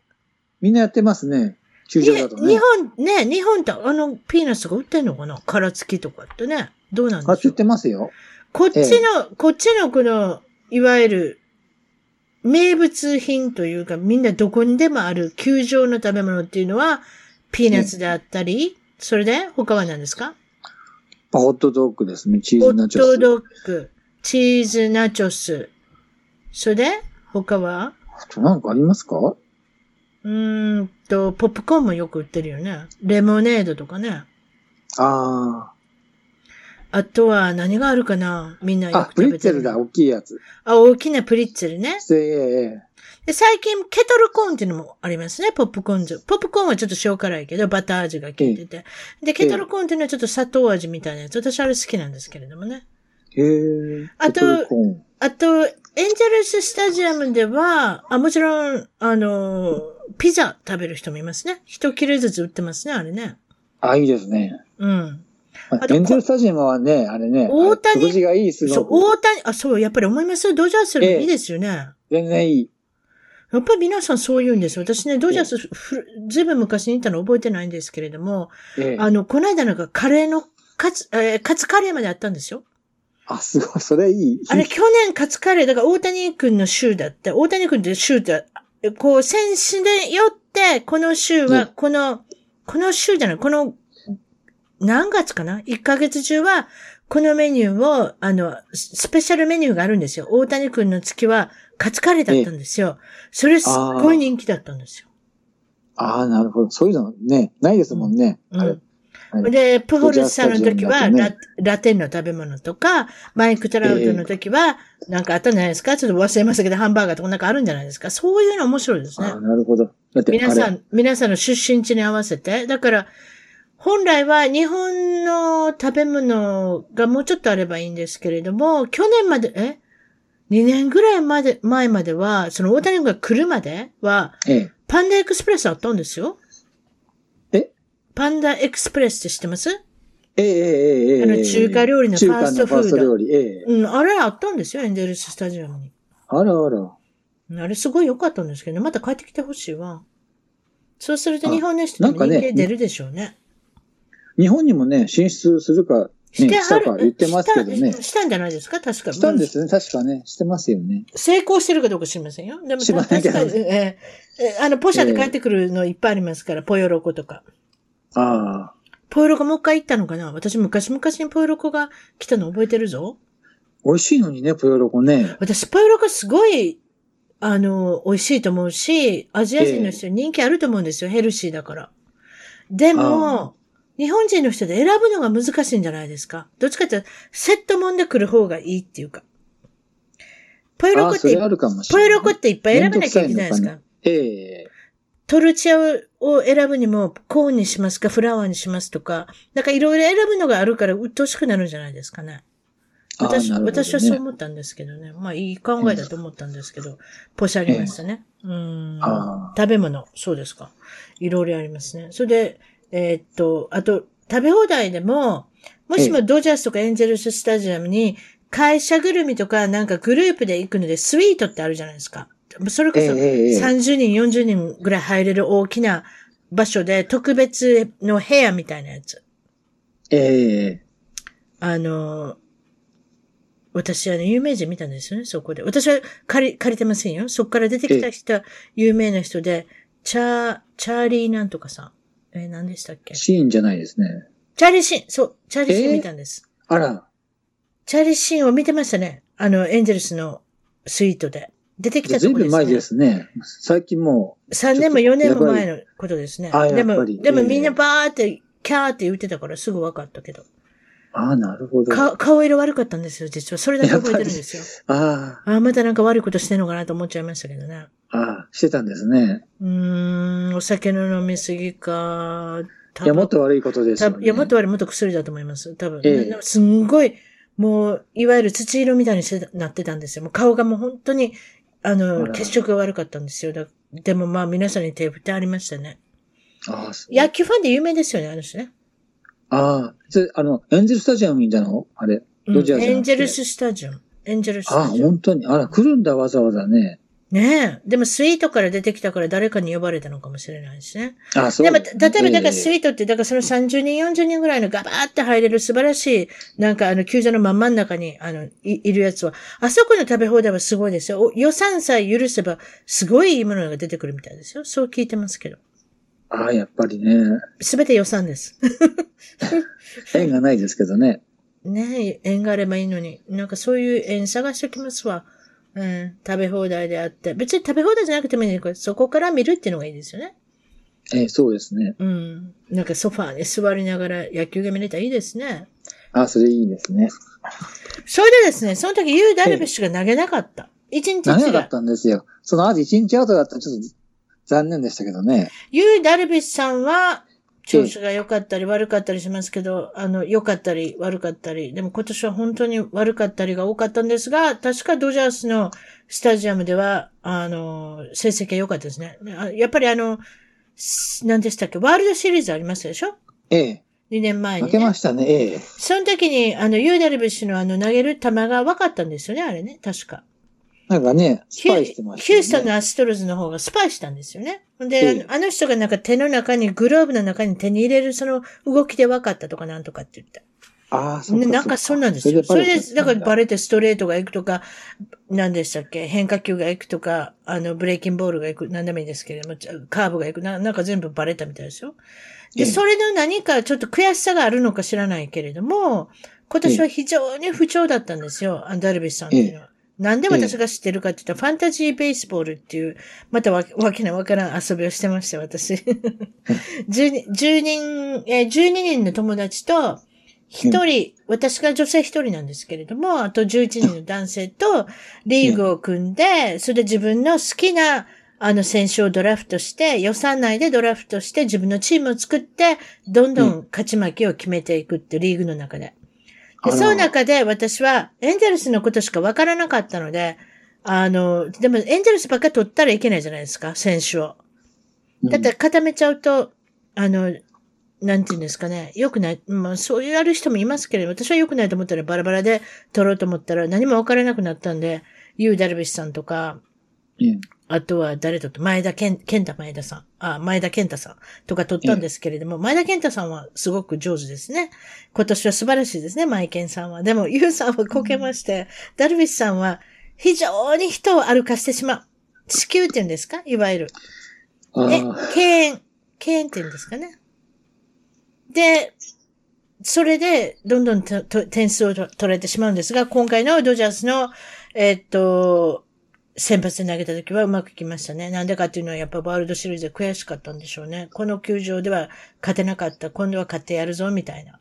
S2: みんなやってますね。
S1: い
S2: 駐車場だと
S1: 日
S2: ね。
S1: 本、ね、日本ってあのピーナッツが売ってんのかな殻付きとかってね。どうなん
S2: あ、
S1: でし
S2: つ
S1: ょ
S2: いうてますよ。
S1: こっちの、こっちのこの、いわゆる、名物品というか、みんなどこにでもある球場の食べ物っていうのは、ピーナッツであったり、それで他は何ですか
S2: まあホットドッグですね。チー
S1: ホ
S2: ズナ
S1: ッ
S2: チョ
S1: ト
S2: ス。
S1: ドッグ、チーズナチョス。それで他は
S2: あとなんかありますか
S1: うーんと、ポップコーンもよく売ってるよね。レモネードとかね。
S2: あ
S1: あとは何があるかなみんな
S2: あ。
S1: よ
S2: あ
S1: く、
S2: プリ
S1: 食
S2: ッ
S1: べ
S2: ツ
S1: て
S2: ェ
S1: る
S2: ル
S1: の。
S2: だ。大きいやつ。
S1: あ、大きなプリッツェルね。
S2: えええ
S1: で、最近、ケトルコーンっていうのもありますね、ポップコーンズ。ポップコーンはちょっと塩辛いけど、バター味が効いてて。で、ケトルコーンっていうのはちょっと砂糖味みたいなやつ。私あれ好きなんですけれどもね。
S2: えええへえ。
S1: あと
S2: ホットドッグコーン
S1: あと、エンジェルススタジアムでは、あ、もちろん、あのー、ピザ食べる人もいますね。一切れずつ売ってますね、あれね。
S2: あ、いいですね。
S1: うん。あと
S2: エンゼルスタジアムはね、あれね、
S1: 大谷
S2: 食事がいい、す
S1: そう、
S2: ごく。
S1: 大谷、あ、そう、やっぱり思いますドジャースよりもいいですよね。
S2: 全然いい。
S1: やっぱり皆さんそう言うんですよ。私ね、ドジャース、ふずいぶん昔に行ったの覚えてないんですけれども、
S2: ええ
S1: あの、この間なんかカレーの、カツ、えーカツカレーまであったんですよ。
S2: あ、すごい、それいい。
S1: あれ、去年カツカレー、だから大谷君の州だって、大谷君って州って、こう、選手でよって、この州
S2: う
S1: は、
S2: ん
S1: この、この州じゃない、この、何月かな ?1 ヶ月中は、このメニューを、あの、ススペシャルメニューがあるんですよ。大谷君の月は、カツカレーだったんですよ。それすっごい人気だったんですよ。
S2: ああ、なるほど。そういうのね、ないですもんね。
S1: うん
S2: あれ。はい
S1: で、プホルさんの時は
S2: ドジャースタジアムだ
S1: ラ、
S2: と
S1: ラテンの食べ物とか、マイク・トラウトの時は、なんかあったんじゃないですか、ちょっと忘れましたけど、ハンバーガーとかなんかあるんじゃないですかそういうの面白いです
S2: あ
S1: ね
S2: あ、。なるほど。だって、
S1: 皆
S2: あ
S1: さ
S2: れ、
S1: ん、皆さんの出身地に合わせて。だから、本来は日本の食べ物がもうちょっとあればいいんですけれども、去年まで、え ?2 年ぐらいまで、前までは、その大谷君が来るまでは、
S2: え
S1: パンダエクスプレスあったんですよ。
S2: え
S1: パンダエクスプレスって知ってます
S2: ええええええええ
S1: あの中華料理の
S2: 中華の
S1: ファーストフード
S2: ファスト料理。ええ
S1: うん、あれあったんですよ、エンゼルススタジアムに。
S2: あらあら。
S1: あれすごい良かったんですけど、また帰ってきてほしいわ。そうすると日本の人
S2: あ
S1: も
S2: なんか
S1: 人
S2: ね
S1: 気出るでしょうね。
S2: 日本にもね、進出するか、ね、したか言ってますけどね
S1: した。したんじゃないですか確か。
S2: したんで
S1: う
S2: すね、確かね。してますよね。
S1: ん成功してるかどうか知りませんよ。でも
S2: 知らないけ
S1: 確
S2: ど
S1: かに、ええええあの、ポシャで帰ってくるのいっぱいありますから、ポヨロコとか。
S2: ああ。
S1: ポヨロコもう一回行ったのかな私昔々にポヨロコが来たの覚えてるぞ。
S2: 美味しいのにね、ぷよろこね。
S1: 私、ポヨロコすごい、あの、美味しいと思うし、アジア人の人に人気あると思うんですよ。ヘルシーだから。で
S2: あ
S1: も、日本人の人で選ぶのが難しいんじゃないですか。どっちかっていうと、セットもんで来る方がいいっていうか。ポヨロ
S2: あ
S1: コ
S2: あ、
S1: っ
S2: そ
S1: て
S2: れ、あるかもし
S1: ポ
S2: れ
S1: ヨ
S2: ない。
S1: ロコっていっぱい選ばなきゃいけないじゃないですか。
S2: ええ
S1: トルチアをを選ぶにも、コーンにしますか、フラワーにしますとか、なんかいろいろ選ぶのがあるから、鬱陶しくなるんじゃないですかね。
S2: あー
S1: 私、
S2: なるほどね
S1: 私はそう思ったんですけどね。まあ、いい考えだと思ったんですけど、ポシャありましたね。うん
S2: あ。
S1: 食べ物、そうですか。いろいろありますね。それで、えーっと、あと、食べ放題でも、もしもドジャースとかエンゼルススタジアムに、会社ぐるみとか、なんかグループで行くので、スイートってあるじゃないですか。それこ
S2: ええ
S1: そ、
S2: ええええ
S1: 30人、40人ぐらい入れる大きな場所で、特別の部屋みたいなやつ。
S2: ええ
S1: あの、私、あの、有名人見たんですよね、そこで。私は借り、借りてませんよ。そこから出てきた人、有名な人で、チャー、チャーリーなんとかさん。えー、何でしたっけチ
S2: シーンじゃないですね。
S1: ャーリーシン、そう、チャーリーシン見たんです。
S2: あら、
S1: チャーリーシンを見てましたね。あの、エンゼルスのスイートで。出てきたと
S2: ずい
S1: こです、ね。
S2: ぶん前ですね。最近も
S1: 3年も4年も前のことですね
S2: やばい。あ
S1: で
S2: やっ
S1: も、
S2: ぱり
S1: でも
S2: ええ
S1: みんなバーって、キャーって言ってたからすぐ分かったけど。
S2: う、ああ、なるほど。あ
S1: か顔色悪かったんですよ、実は。それだけ覚えてるんですよ。
S2: あ、
S1: ああ、またなんか悪いことしてんのかなと思っちゃいましたけどね。
S2: ああ、してたんですね。
S1: うーん、お酒の飲みすぎか。
S2: いや、もっと悪いことです
S1: 多
S2: よ、
S1: 分
S2: ね。
S1: いや、もっと悪い、もっと薬だと思います。多分。
S2: ええ
S1: なんかすんごい、もう、いわゆる土色みたいにしてなってたんですよ。もう顔がもう本当に、あ
S2: あ
S1: の、
S2: ら
S1: 血色が悪かったんですよ。だでもまあ、皆さんに手振ってありましたね。
S2: ああ、そう
S1: 野球ファンで有名ですよね、あの人ね。
S2: ああ、それあの、エンゼルスタジアムみたいなのあれ。
S1: うん
S2: ドジャースじゃなくて
S1: エンジェルススタジアム。エンジェルスス
S2: ああ、
S1: タジアム。
S2: 本当に。あら、来るんだ、わざわざね。
S1: ねえ。でもスイートから出てきたから誰かに呼ばれたのかもしれないしね。
S2: ああ、そう
S1: でも、
S2: ね。
S1: た例えば、だからスイ
S2: ええ
S1: ートって、だからその30人、40人ぐらいのガバーって入れる素晴らしい、なんかあの、球場の真ん真ん中に、あの、いいるやつは、あそこの食べ放題はすごいですよ。お予算さえ許せば、すごいいいものが出てくるみたいですよ。そう聞いてますけど。
S2: ああ、やっぱりね。
S1: すべて予算です。
S2: 縁がないですけどね。
S1: ねえ、縁があればいいのに。なんかそういう縁探しておきますわ。うん、食べ放題であって。別に食べ放題じゃなくてもいいんだけど、そこから見るっていうのがいいですよね。
S2: ええそうですね。
S1: うん。なんかソファーに座りながら野球が見れたらいいですね。
S2: ああ、それいいですね。
S1: それでですね、その時ユー・ダルビッシュが投げなかった。一日
S2: なれな
S1: 違
S2: かっ
S1: う。
S2: たんですよ。その、あと1日後だったらちょっと残念でしたけどね。
S1: ユー・ダルビッシュさんは、調子が良かったり悪かったりしますけど、あの、良かったり悪かったり。でも今年は本当に悪かったりが多かったんですが、確かドジャースのスタジアムでは、あの、成績が良かったですね。あやっぱりあの、す何でしたっけワールドシリーズありましたでしょ
S2: え
S1: ?2 年前
S2: え、
S1: に、
S2: 負
S1: ね。
S2: けましたね、ええ。
S1: その時に、あの、ユーダルビッシュのあの、投げる球が分かったんですよね、あれね、確か。
S2: なんかね、ス
S1: ヒ
S2: パ
S1: ュ
S2: イしてました、ね。
S1: ヒューストンのアストロズの方がスパイしたんですよね。
S2: え
S1: で
S2: え、
S1: あの人がなんか手の中に、グローブの中に手に入れるその動きで分かったとかなんとかって言った。
S2: ああ、そう
S1: ね
S2: か。
S1: なんかそんなんですよ。それ
S2: バレ
S1: で、だからバ
S2: レ
S1: レてストレートが行くとか、何でしたっけ変化球が行くとか、あの、ブレイキンボールが行く、何でもいいですけれども、ちょカーブが行く、ななんか全部バレたみたいですよ。
S2: え
S1: で、
S2: え
S1: それの何かちょっと悔しさがあるのか知らないけれども、今年は非常に不調だったんですよ、アンダルビスさんっていうのは。なんで私が知ってるかって言ったら、ファンタジーベースボールっていう、またわわけのわからん遊びをしてました、私。10, 人、えー、12人の友達と、一人、私が女性一人なんですけれども、あと11人の男性とリーグを組んで、それで自分の好きな、あの選手をドラフトして、予算内でドラフトして自分のチームを作って、どんどん勝ち負けを決めていくってリーグの中で。で、その中で私はエンゼルスのことしかわからなかったので、あの、でもエンゼルスばっかり取ったらいけないじゃないですか、選手を。だって固めちゃうと、あの、なんていうんですかね、良くない、まあそういうある人もいますけれど、私は良くないと思ったらバラバラで取ろうと思ったら何も分からなくなったんで、ユー・ダルビッシュさんとか、あとは誰とって、前田健健太前田さん。あ、前田健太さんとか取ったんですけれども、前田健太さんはすごく上手ですね。今年は素晴らしいですね、前健さんは。でも、ユウさんはこけまして、ダルビッシュさんは非常に人を歩かしてしまう。支給っていうんですかいわゆる。え
S2: ああ、、
S1: 敬遠。敬遠って言うんですかね。で、それで、どんどんとと点数をと取られてしまうんですが、今回のドジャースの、えーっと、先発で投げた時はうまくいきましたね。なんでかっていうのはやっぱワールドシリーズで悔しかったんでしょうね。この球場では勝てなかった。今度は勝ってやるぞ、みたいな。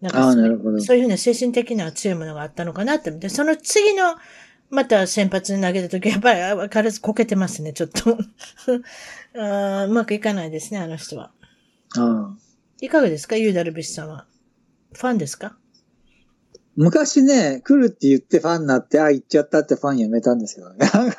S1: なんか
S2: ああ、
S1: そう
S2: なるほど。
S1: そういうふうな精神的な強いものがあったのかなって。で、その次のまた先発に投げたとき、やっぱり相変わらずこけてますね、ちょっと あー。うまくいかないですね、あの人は。
S2: うん。
S1: いかがですか、ユーダルビッシュさんは。ファンですか
S2: 昔ね、来るって言ってファンになって、あ、行っちゃったってファンやめたんですけどね。
S1: あの
S2: う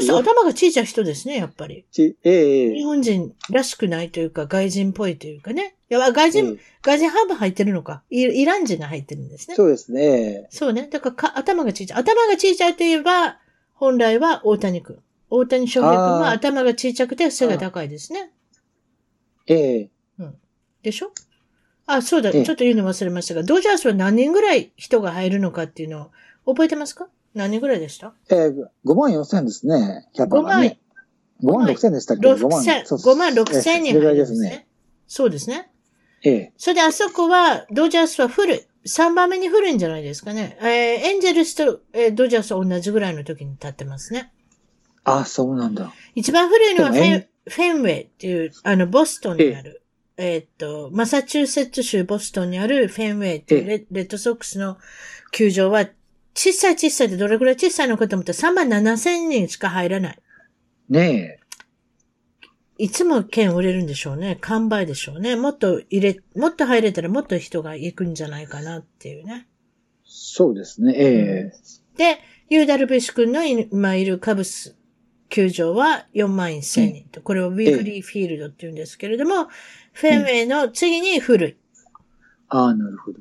S1: 人、
S2: わ
S1: 頭が小さい人ですね、やっぱり。
S2: ちえええ
S1: 日
S2: え
S1: 本人らしくないというか、外人っぽいというかね。いや、外人、
S2: え
S1: 外人半分入ってるのか。イイラン人が入ってるんです
S2: え
S1: ね。
S2: そうですね。
S1: そうね。だからか、頭が小さい。頭が小さいといえば、本来は大谷君。大谷翔平君は
S2: あー
S1: 頭が小さくて背が高いですね。
S2: ええ
S1: でしょあ、そうだ。ちょ
S2: え
S1: っ
S2: え
S1: と言うの忘れましたが、ドジャースは何人ぐらい人が入るのかっていうのを覚えてますか何人ぐらいでした
S2: ええ5万4千ですね。キャパがね。5万
S1: 万
S2: 6千でしたっけ
S1: ?6
S2: 5万
S1: 千、
S2: そう
S1: 5万6千
S2: え
S1: 人
S2: えそれぐら
S1: 入るん
S2: いで
S1: です
S2: すね。
S1: ね。そうですね。
S2: ええ。
S1: それであそこは、ドジャースはフル、3番目にフルんじゃないですかね。えーエンジェルスと、えードジャースは同じぐらいの時に立ってますね。
S2: あ、そうなんだ。
S1: 一番古いのはフ
S2: でも
S1: ェ
S2: エ
S1: ン
S2: ン
S1: フェンウェイっていう、あの、ボストンにある、えーっと、マサチューセッツ州ボストンにあるフェンウェイっていう
S2: ええ
S1: レレッドソックスの球場は、小さい小さいってどれぐらい小さいのかと思ったら3万7千人しか入らない。
S2: ね
S1: いつも券売れるんでしょうね。完売でしょうね。もっと入れ、もっと入れたらもっと人が行くんじゃないかなっていうね。
S2: え。そうですね。ええ。
S1: で、ユーダルビッシュ君の今いるカブス球場は4万1000人と、これをウィークリーフィールドって言うんですけれども、フェンウェイの次に古い、
S2: ああ、なるほど。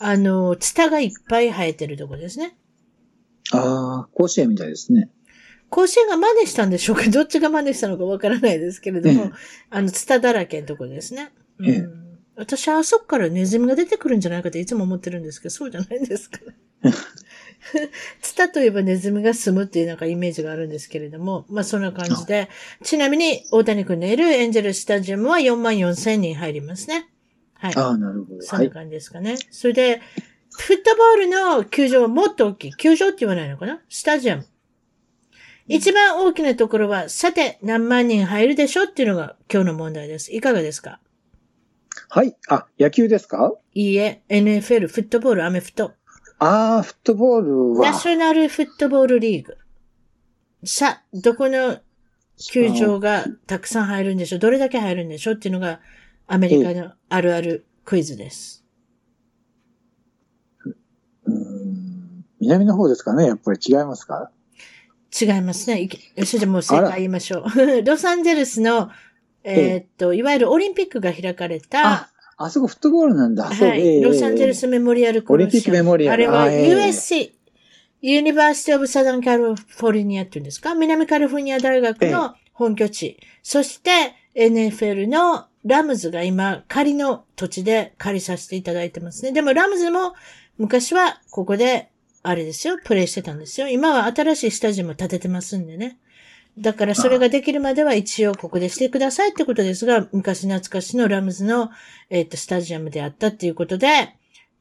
S1: あの、ツタがいっぱい生えてるとこですね。
S2: ああ、甲子園みたいですね。
S1: 甲子園が真似したんでしょうかどっ ちが真似したのかわからないですけれど
S2: え
S1: も
S2: え、
S1: あの、ツタだらけのとこですね。うん
S2: ええ
S1: 私、あそこからネズミが出てくるんじゃないかっていつも思ってるんですけど、そうじゃないんです かね。ツタといえばネズミが住むっていうなんかイメージがあるんですけれども、まあそんな感じで、ちなみに大谷君のいるエンジェルスタジアムは4万4千人入りますね。はい。
S2: ああ、なるほど。
S1: そん
S2: は。
S1: ない感じですかね。それで、フットボールの球場はもっと大きい。球場って言わないのかなスタジアム。一番大きなところは、さて、何万人入るでしょうっていうのが今日の問題です。いかがですか
S2: はい。あ、野球ですか
S1: いいえ、NFL、フットボール、アメフト。
S2: ああ、フットボールは
S1: ナ。ショナルフットボールリーグ。さあ、どこの球場がたくさん入るんでしょうどれだけ入るんでしょうっていうのが、アメリカのあるあるクイズです。
S2: うーん南の方ですかねやっぱり違いますか
S1: 違いますね。いきそれでもう正
S2: あら
S1: 解言いましょう。 ロサンゼルスの、えーっと、いわゆるオリンピックが開かれた、
S2: あ、あそこフットボールなんだ。そう
S1: は
S2: え
S1: い、
S2: え
S1: ロサンゼルスメモリアルコ
S2: オリ
S1: ロ
S2: ンピッ
S1: シ
S2: ク
S1: アム
S2: メモリア
S1: あ
S2: ル
S1: れは
S2: あええ
S1: USC、University of Southern California っていうんですか南カリフォルニア大学の本拠地。そして NFL のラムズが今仮の土地で借りさせていただいてますね。でもラムズも昔はここであれですよ、プレイしてたんですよ。今は新しいスタジアムを建ててますんでね。だからそれができるまでは一応ここでしてくださいってことですが、昔懐かしのラムズの、えっとスタジアムであったっていうことで、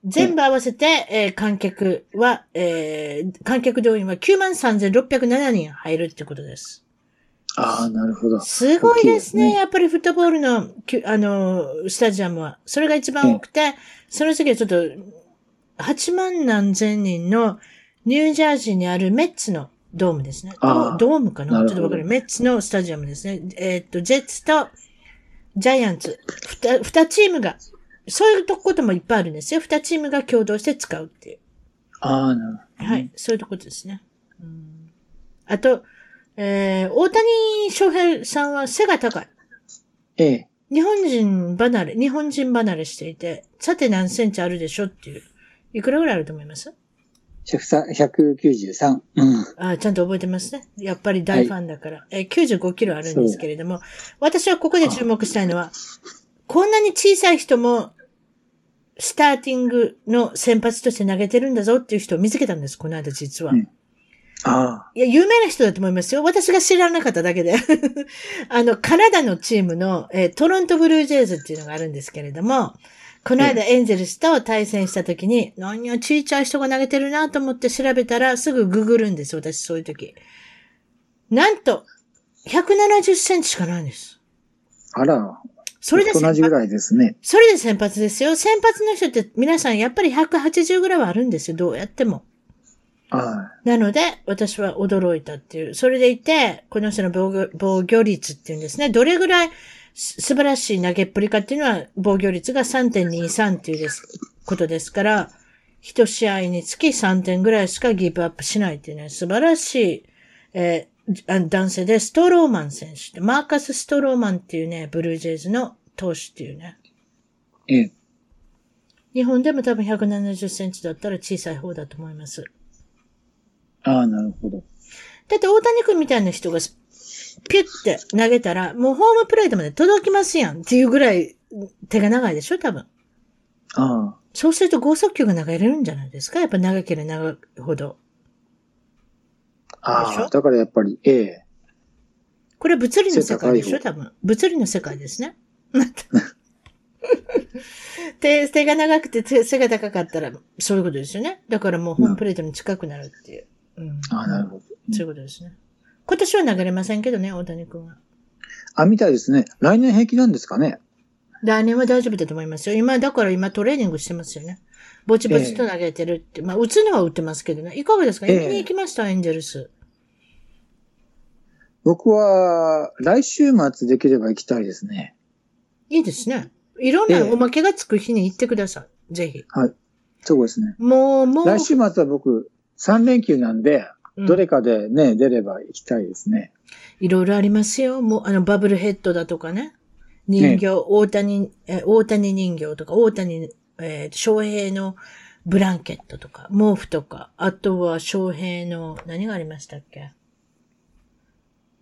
S1: 全部合わせて、えー観客は、えー観客動員は93,607人入るってことです。
S2: ああ、なるほど。
S1: すごいですね。
S2: 大きいですね
S1: やっぱりフットボールのきゅ、あのー、スタジアムは。それが一番多くて、その次はちょっと、8万何千人のニュージャージーにあるメッツのドームですね。
S2: あ
S1: ド
S2: ー
S1: ドームかな
S2: なるほ
S1: ちょ
S2: ど
S1: っとわかる。メッツのスタジアムですね。えーっと、ジェッツとジャイアンツ。ふた、二チームが、そういうとこともいっぱいあるんですよ。二チームが共同して使うっていう。
S2: ああ、なるほど。
S1: はい、。そういうとこですね。うんあと、えー、大谷翔平さんは背が高い。
S2: ええ。
S1: 日本人離れ、日本人離れしていて、さて何センチあるでしょっていう。いくらぐらいあると思います
S2: 193。うん。
S1: あーちゃんと覚えてますね。やっぱり大ファンだから。えー95キロあるんですけれども、私はここで注目したいのは、こんなに小さい人も、スターティングの先発として投げてるんだぞっていう人を見つけたんです、この間実は。
S2: うんああ。
S1: いや、有名な人だと思いますよ。私が知らなかっただけで。 あの、カナダのチームの、えートロントブルージェイズっていうのがあるんですけれども、この間エンゼルスと対戦した時に、何や、ちいちゃい人が投げてるなと思って調べたら、すぐググるんです、私そういう時。なんと、170センチしかないんです。
S2: あら。
S1: それで
S2: 同じ
S1: 先
S2: ぐ
S1: 発。
S2: らいですね。
S1: それで先発ですよ。先発の人って皆さんやっぱり180ぐらいはあるんですよ、どうやっても。
S2: は
S1: なので、私は驚いたっていう。それでいて、この人の防御防御率っていうんですね。どれぐらいす素晴らしい投げっぷりかっていうのは、防御率が3.23っていうです、ことですから、一試合につき3点ぐらいしかギブアップしないっていうね、素晴らしい、えーあ男性で、ストローマン選手ってマーカス・ストローマンっていうね、ブルージェイズの投手っていうね。
S2: い。ええ。
S1: 日本でも多分170センチだったら小さい方だと思います。
S2: ああ、なるほど。
S1: だって大谷君みたいな人がすピュッて投げたら、もうホームプレートまで届きますやんっていうぐらい手が長いでしょ、多分。
S2: ああ。
S1: そうすると剛速球が投げれるんじゃないですかやっぱ長ければ長いほど。でし
S2: あ
S1: ょ
S2: あ。だからやっぱり、ええ。
S1: これ物理の世界でし
S2: 背
S1: ょ多分。物理の世界ですね。手、手が長くて手背が高かったら、そういうことですよね。だからもうホームプレートに近くなるっていう。うん。
S2: ああ、なるほど。
S1: そういうことですね。今年は投げれませんけどね、大谷君は。
S2: あ、みたいですね。来年平気なんですかね。
S1: 来年は大丈夫だと思いますよ。今、だから今トレーニングしてますよね。ぼちぼちと投げてるって。まあ、打つのは打ってますけどね。いかがですか
S2: ええ
S1: 見に行きました、エンゼルス。
S2: 僕は、来週末できれば行きたいですね。
S1: いいですね。いろん
S2: え
S1: な
S2: え
S1: おまけがつく日に行ってください。ぜひ。
S2: そうですね。
S1: もう、もう、
S2: 来週末は僕、3連休なんで、
S1: うん
S2: どれかでね、出れば行きたいですね。
S1: いろいろありますよ。もう、あの、バブルヘッドだとかね。人形、大谷、え大谷人形とか、大谷、えー翔平のブランケットとか、毛布とか、あとは翔平の、何がありましたっけ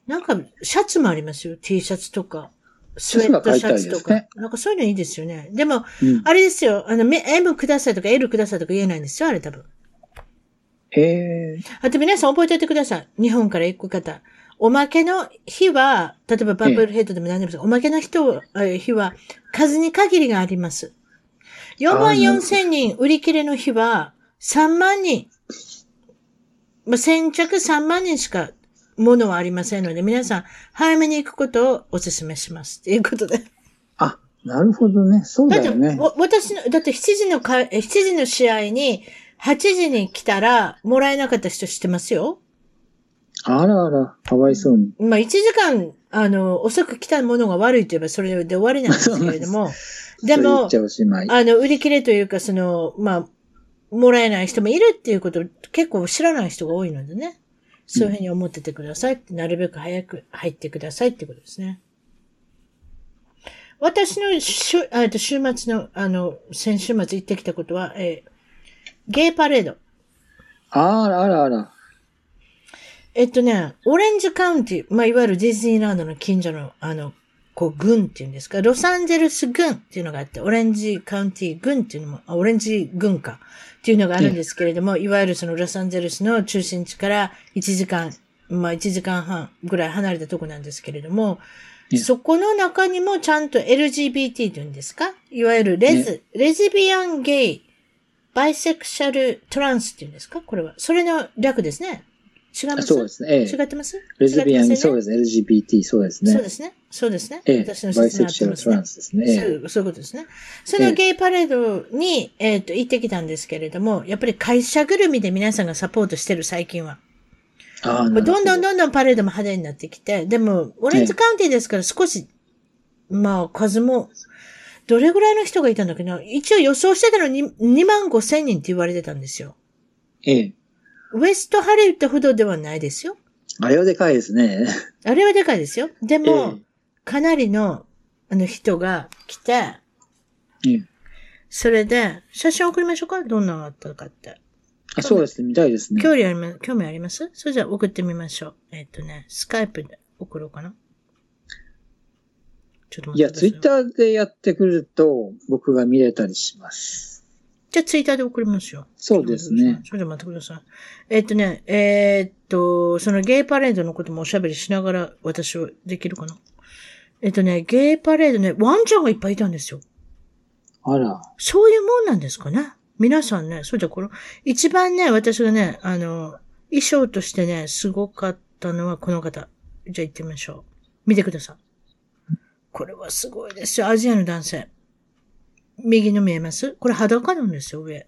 S1: なんか、シャツもありますよ。T シャツとか、スウェットシャツと
S2: シャツが買いた
S1: か。
S2: いで
S1: なんかそういうのいいですよね。でも、
S2: うん、
S1: あれですよ。あの、め M くださいとか L くださいとか言えないんですよ、あれ多分。
S2: ええ
S1: あと皆さん覚えておいてください。日本から行く方。おまけの日は、例えばバブルヘッドでも何でもいいですおまけの人、え日は、数に限りがあります。4万4千人売り切れの日は、3万人。まあ、先着3万人しか、ものはありませんので、皆さん、早めに行くことをお勧めします。ということで。
S2: あ、なるほどね。そう
S1: だ
S2: だ
S1: って、
S2: よね。
S1: わ私の、だって7時のか、え7時の試合に、8時に来たら、もらえなかった人知ってますよ。
S2: あらあら、かわいそうに。
S1: まあ、1時間、あの、遅く来たものが悪いといえばそれで終わりなんですけれども、で
S2: それ言
S1: も
S2: っち、ゃおしまい。
S1: あの、売り切れというか、その、まあ、もらえない人もいるっていうこと、結構知らない人が多いのでね、そういうふうに思っててください。なるべく早く入ってくださいってことですね。私の週、あえっと週末の、あの、先週末行ってきたことは、えーゲイパレード。
S2: あらあらあら。
S1: えっとね、オレンジカウンティ、まあ、いわゆるディズニーランドの近所の、あの、こう、郡っていうんですか、ロサンゼルス郡っていうのがあって、オレンジカウンティ郡っていうのも、あオレンジ郡かっていうのがあるんですけれども、いわゆるそのロサンゼルスの中心地から1時間、まあ、1時間半ぐらい離れたとこなんですけれども、
S2: ええ
S1: そこの中にもちゃんと LGBT というんですかいわゆるレズ、レズビアン、ゲイ、バイセクシャル、トランスっていうんですかこれは。それの略ですね。違います
S2: そうですね。え
S1: 違
S2: え。
S1: ってます
S2: レズビアン、そう
S1: で
S2: ですね。LGBT、そうです
S1: そう
S2: ね
S1: で。すね。そうですね。
S2: ええ。
S1: 私の
S2: バイ
S1: 説
S2: セ
S1: 明
S2: ク
S1: 合っ
S2: シ
S1: て
S2: ャル
S1: ます
S2: トラ
S1: ね
S2: ン。スですね。ええ
S1: そうそういうことですね。そのゲイパレードに、えっ、と、行ってきたんですけれども、やっぱり会社ぐるみで皆さんがサポートしてる最近は。
S2: ああ、
S1: も
S2: な
S1: う
S2: る
S1: ど
S2: ほ
S1: んどんどんどんパレードも派手になってきて、でも、オレンジカウンティですから少し、まあ、数も、どれぐらいの人がいたんだっけど、一応予想してたのに2万5千人って言われてたんですよ。
S2: ええ。
S1: ウエストハリウッドほどではないですよ。
S2: あれはでかいですね。
S1: あれはでかいですよ。で
S2: え
S1: も、かなりの、あの人が来て、
S2: え。ええ。
S1: それで、写真送りましょうかどんなのがあったかって。
S2: あそうですね。見たいですね。
S1: 興味あります、興味ありますそれじゃあ送ってみましょう。えっ、とね、スカイプで送ろうかな。ちょっと待っ
S2: いや、
S1: てくだ
S2: ツ
S1: さ
S2: イッターでやってくると、僕が見れたりします。
S1: じゃあツイッターで送りますよ。
S2: そうですね。
S1: ちょっと待ってください。えっ、とね、えーっと、そのゲイパレードのこともおしゃべりしながら私はできるかな。えっ、とね、ゲイパレードね、ワンちゃんがいっぱいいたんですよ。
S2: あら。
S1: そういうもんなんですかね。皆さんね、そうだ、この、一番ね、私がね、あの、衣装としてね、すごかったのはこの方。じゃあ行ってみましょう。見てください。これはすごいですよ。アジアの男性。右の見えますこれ裸なんですよ、上。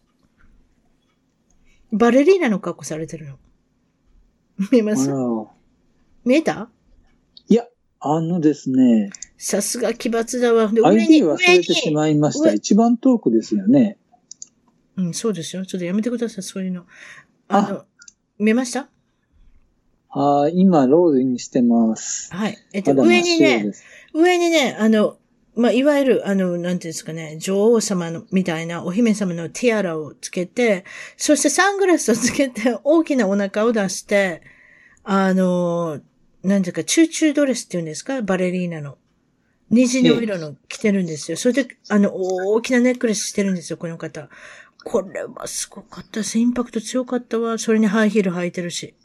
S1: バレリーナの格好されてるの。見え
S2: あ
S1: ます
S2: ら
S1: 見えた
S2: いや、あのですね、
S1: さすが奇抜だわ。で、上に、
S2: ID
S1: 上
S2: 忘れてし
S1: に。
S2: まいました。
S1: 上
S2: 一番遠くですよね。
S1: うん、そうですよ。ちょっとやめてください、そういうの。あの、見えました
S2: あー今、ロールインしてます。
S1: はい。えっと、
S2: まだ
S1: 上
S2: 真
S1: に
S2: っ白
S1: ね
S2: で、す。
S1: 上にね、あの、まあ、いわゆる、あの、なんていうんですかね、女王様の、みたいな、お姫様のティアラをつけて、そしてサングラスをつけて、大きなお腹を出して、あの、なんていうか、チューチュードレスっていうんですか、バレリーナの。虹の色の着てるんですよ。それで、あの、大きなネックレスしてるんですよ、この方。これはすごかったです。インパクト強かったわ。それにハイヒール履いてるし。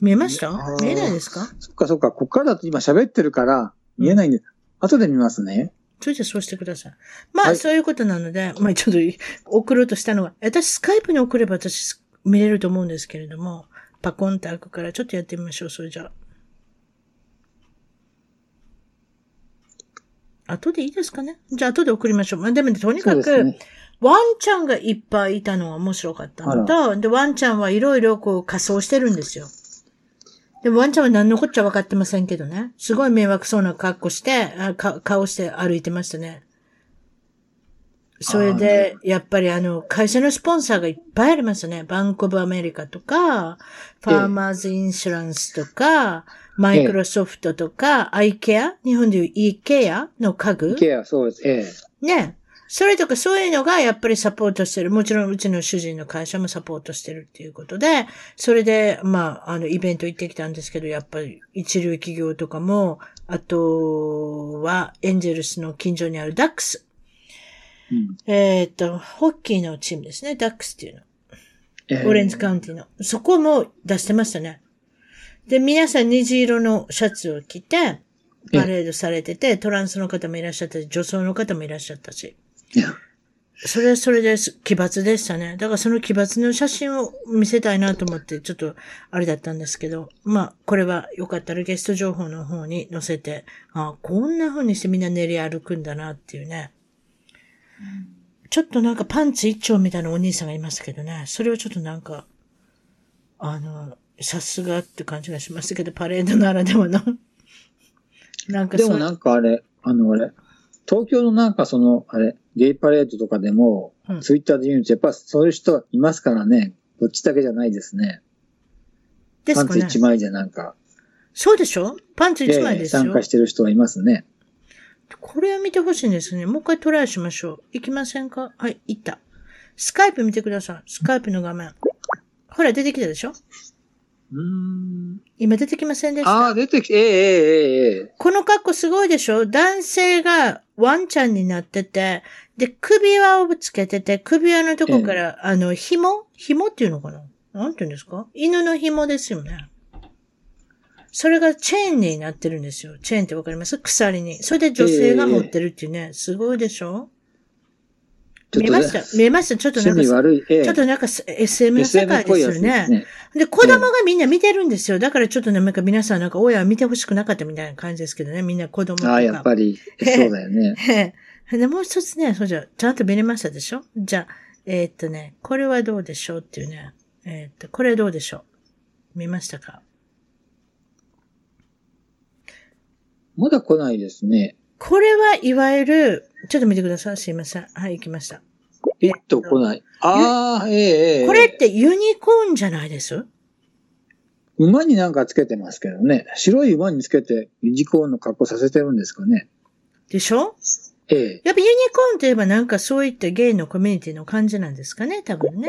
S1: 見えました
S2: あー
S1: 見えないですか
S2: そっかそっか、ここからだと今喋ってるから、見えないんで、後で見ますね。
S1: それじゃそうしてください。まあ、
S2: はい
S1: そういうことなので、まあ、ちょっと送ろうとしたのは、私、スカイプに送れば私、見れると思うんですけれども、パコンって開くから、ちょっとやってみましょう、それじゃあ。後でいいですかねじゃあ、後で送りましょう。まあ、でもね、とに
S2: そ
S1: か
S2: うで
S1: く、
S2: すね。
S1: ワンちゃんがいっぱいいたのが面白かったのと、で、ワンちゃんはいろいろこう仮装してるんですよ。で、ワンちゃんは何のこっちゃ分かってませんけどね。すごい迷惑そうな格好して、あか顔して歩いてましたね。それで、やっぱりあの、会社のスポンサーがいっぱいありましたね。バンコブアメリカとか、ファーマーズインシュランスとか、マイクロソフトとか、アイケア日本でいうイケアの家具
S2: ケア、そうです。ええ。
S1: ね。それとかそういうのがやっぱりサポートしてる。もちろんうちの主人の会社もサポートしてるっていうことで、それで、まあ、あの、イベント行ってきたんですけど、やっぱり一流企業とかも、あとはエンジェルスの近所にあるダックス。
S2: うん
S1: えっ、と、ホッキーのチームですね。ダックスっていうの。
S2: ええ
S1: オレンジカウンティの。そこも出してましたね。で、皆さん虹色のシャツを着て、
S2: ええ
S1: パレードされてて、トランスの方もいらっしゃったし、女装の方もいらっしゃったし。
S2: いや
S1: それはそれです。奇抜でしたね。だからその奇抜の写真を見せたいなと思って、ちょっとあれだったんですけど、まあ、これはよかったらゲスト情報の方に載せて、ああこんな風にしてみんな練り歩くんだなっていうね。ちょっとなんかパンツ一丁みたいなお兄さんがいますけどね。それはちょっとなんか、あの、さすがって感じがしましたけど、パレードならでは の。なんか
S2: で
S1: そう
S2: もなんかあれ、あのあれ、東京のなんかその、あれ、ゲイパレードとかでも、
S1: うん
S2: ツイッターで言うんですやっぱそういう人いますからね、こっちだけじゃないですね。
S1: で
S2: パ
S1: す
S2: ン
S1: か
S2: ツ
S1: ね。
S2: 一枚でなんか、
S1: そうでしょパンツ一枚
S2: ええ
S1: ですよ。
S2: 参加してる人はいますね。
S1: これを見てほしいんですね。もう一回トライしましょう。行きませんかはい、行った。スカイプ見てください。スカイプの画面。ほら、出てきたでしょ
S2: うーん。
S1: 今出てきませんでし
S2: あ
S1: た。
S2: あ、出てきて、ええええええ
S1: この格好すごいでしょ男性がワンちゃんになってて、で、首輪をつけてて、首輪のとこから、あの、紐紐っていうのかななんていうんですか犬の紐ですよね。それがチェーンになってるんですよ。チェーンってわかります鎖に。それで女性が持ってるっていうね、すごいでしょ
S2: ちょ
S1: 見え
S2: っと
S1: ま
S2: ね、
S1: した。見えました。ちょっとなん
S2: 趣味
S1: か、
S2: 悪い、ええ
S1: ちょっとなんか SM の世
S2: SM
S1: 界
S2: っ
S1: で
S2: ぽ
S1: す
S2: す
S1: よね。で
S2: ね。
S1: 子供がみんな見てるんですよ。だからちょっとなんか皆さんなんか親は見てほしくなかったみたいな感じですけどね。みんな子供とか。
S2: ああ、やっぱり、そうだよね。
S1: で、もう一つね、そうじゃ、ちゃんと見れましたでしょじゃあ、えーっとね、これはどうでしょうっていうね。えーっと、これどうでしょう見ましたか
S2: まだ来ないですね。
S1: これはいわゆる、ちょっと見てください。すいません。はい、行きました。
S2: えっと、来ない。ああ、ええええ
S1: これってユニコーンじゃないです
S2: 馬になんかつけてますけどね。白い馬につけて、ユニコーンの格好させてるんですかね。
S1: でしょ
S2: ええ。
S1: やっぱユニコーンといえばなんかそういったゲイのコミュニティの感じなんですかね、多分ね。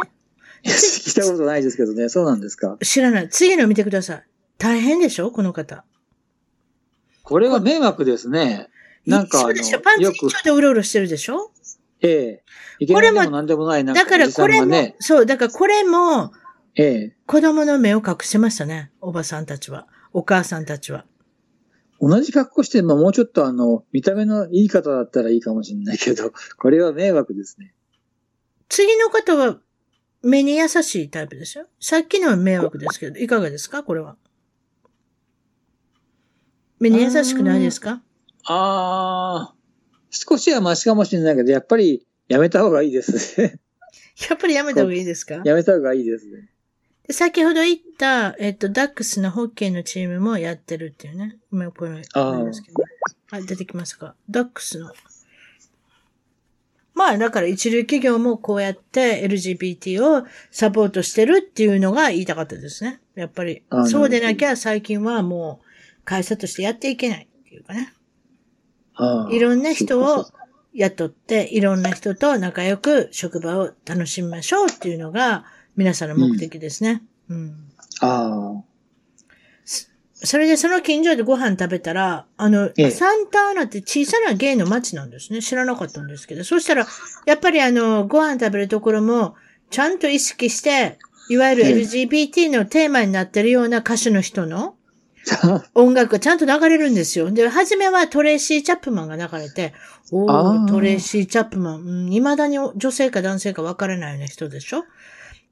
S2: いや聞いたことないですけどね。そうなんですか。
S1: 知らない。次の見てください。大変でしょこの方。
S2: これは迷惑ですね。なんか、あ
S1: そうでしょパン
S2: の、
S1: ツ
S2: よ
S1: 一丁
S2: く、
S1: でうろうろしてるでしょ
S2: ええ。いけ
S1: こ
S2: な
S1: れ
S2: い
S1: も
S2: でもなんでもない、なんか
S1: だか
S2: お
S1: ら
S2: じさ
S1: こ
S2: ん
S1: れ
S2: が
S1: も、
S2: ね。
S1: そう、だからこれも
S2: ええ。
S1: 子供の目を隠してましたね。おばさんたちは。お母さんたちは。
S2: 同じ格好して、まあもうちょっとあの、見た目のいい方だったらいいかもしれないけど、 これは迷惑ですね。
S1: 次の方は目に優しいタイプですよ。さっきのは迷惑ですけど、いかがですかこれは。目に優しくないですか
S2: ああ、少しはマシかもしれないけど、やっぱりやめた方がいいですね。
S1: やっぱりやめた方がいいですか
S2: やめた方がいいですね。
S1: で先ほど言った、えっと、ダックスのホッケーのチームもやってるっていうね。今これ、
S2: あー
S1: ありますけど。あ、出てきますか。ダックスの。まあ、だから一流企業もこうやって LGBT をサポートしてるっていうのが言いたかったですね。やっぱり
S2: あー。
S1: そうでなきゃ最近はもう会社としてやっていけないっていうかね。
S2: ああ
S1: いろんな人
S2: そっ
S1: を
S2: かそっか
S1: 雇って、いろんな人と仲良く職場を楽しみましょうっていうのが皆さんの目的ですね。うん
S2: あ
S1: それでその近所でご飯食べたら、あの、
S2: ええ
S1: サンタアナって小さなゲイの街なんですね。知らなかったんですけど。そしたら、やっぱりあの、ご飯食べるところも、ちゃんと意識して、いわゆる
S2: ええ
S1: LGBT のテーマになってるような歌手の人 の
S2: あ。
S1: 音楽がちゃんと流れるんですよ。で、初めはトレーシー・チャップマンが流れて、お
S2: あ
S1: ー、
S2: ー
S1: トレーシー・チャップマン、うん、未だに女性か男性か分からないような人でしょ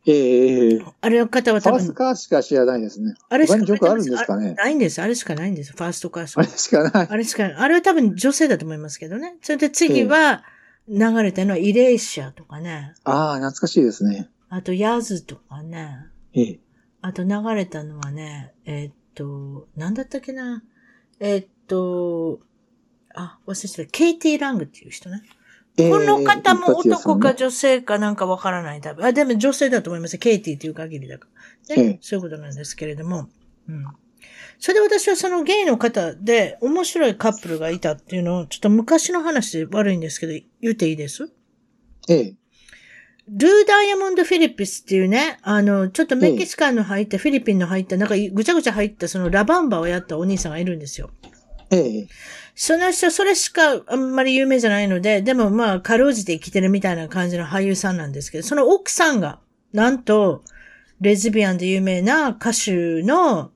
S2: ええええ。
S1: あれの方は
S2: フ
S1: 多
S2: ァース
S1: 分
S2: ト、カーしか知らないですね。
S1: あれし
S2: 他
S1: か
S2: に曲あるんですかね
S1: ないんです。あれしかないんです。ファーストカース
S2: あれしかない。
S1: あれですかあれは多分女性だと思いますけどね。それで次は流れたのはイレーシアとかね。
S2: ああ、懐かしいですね。
S1: あとヤズとかね。
S2: ええ。
S1: あと流れたのはね、えーっと、なんだったっけな。えーっと、あ、忘れてた。ケイティ・ラングっていう人ね。
S2: ええ
S1: この方も
S2: 一発屋さ
S1: 男
S2: ん
S1: か
S2: ね
S1: 女性かなんかわからない。多分あ、でも女性だと思います。ケイティという限りだから。
S2: え
S1: ね
S2: え
S1: そういうことなんですけれども。うん。それで私はそのゲイの方で面白いカップルがいたっていうのを、ちょっと昔の話で悪いんですけど、言っていいです
S2: ええ。
S1: ルー・ダイヤモンド・フィリピスっていうね、あの、ちょっとメキシカンの入った、フィリピンの入った、なんかぐちゃぐちゃ入ったそのラバンバをやったお兄さんがいるんですよ。
S2: ええ。
S1: その人、それしかあんまり有名じゃないので、でもまあ、かろうじて生きてるみたいな感じの俳優さんなんですけど、その奥さんが、なんと、レズビアンで有名な歌手の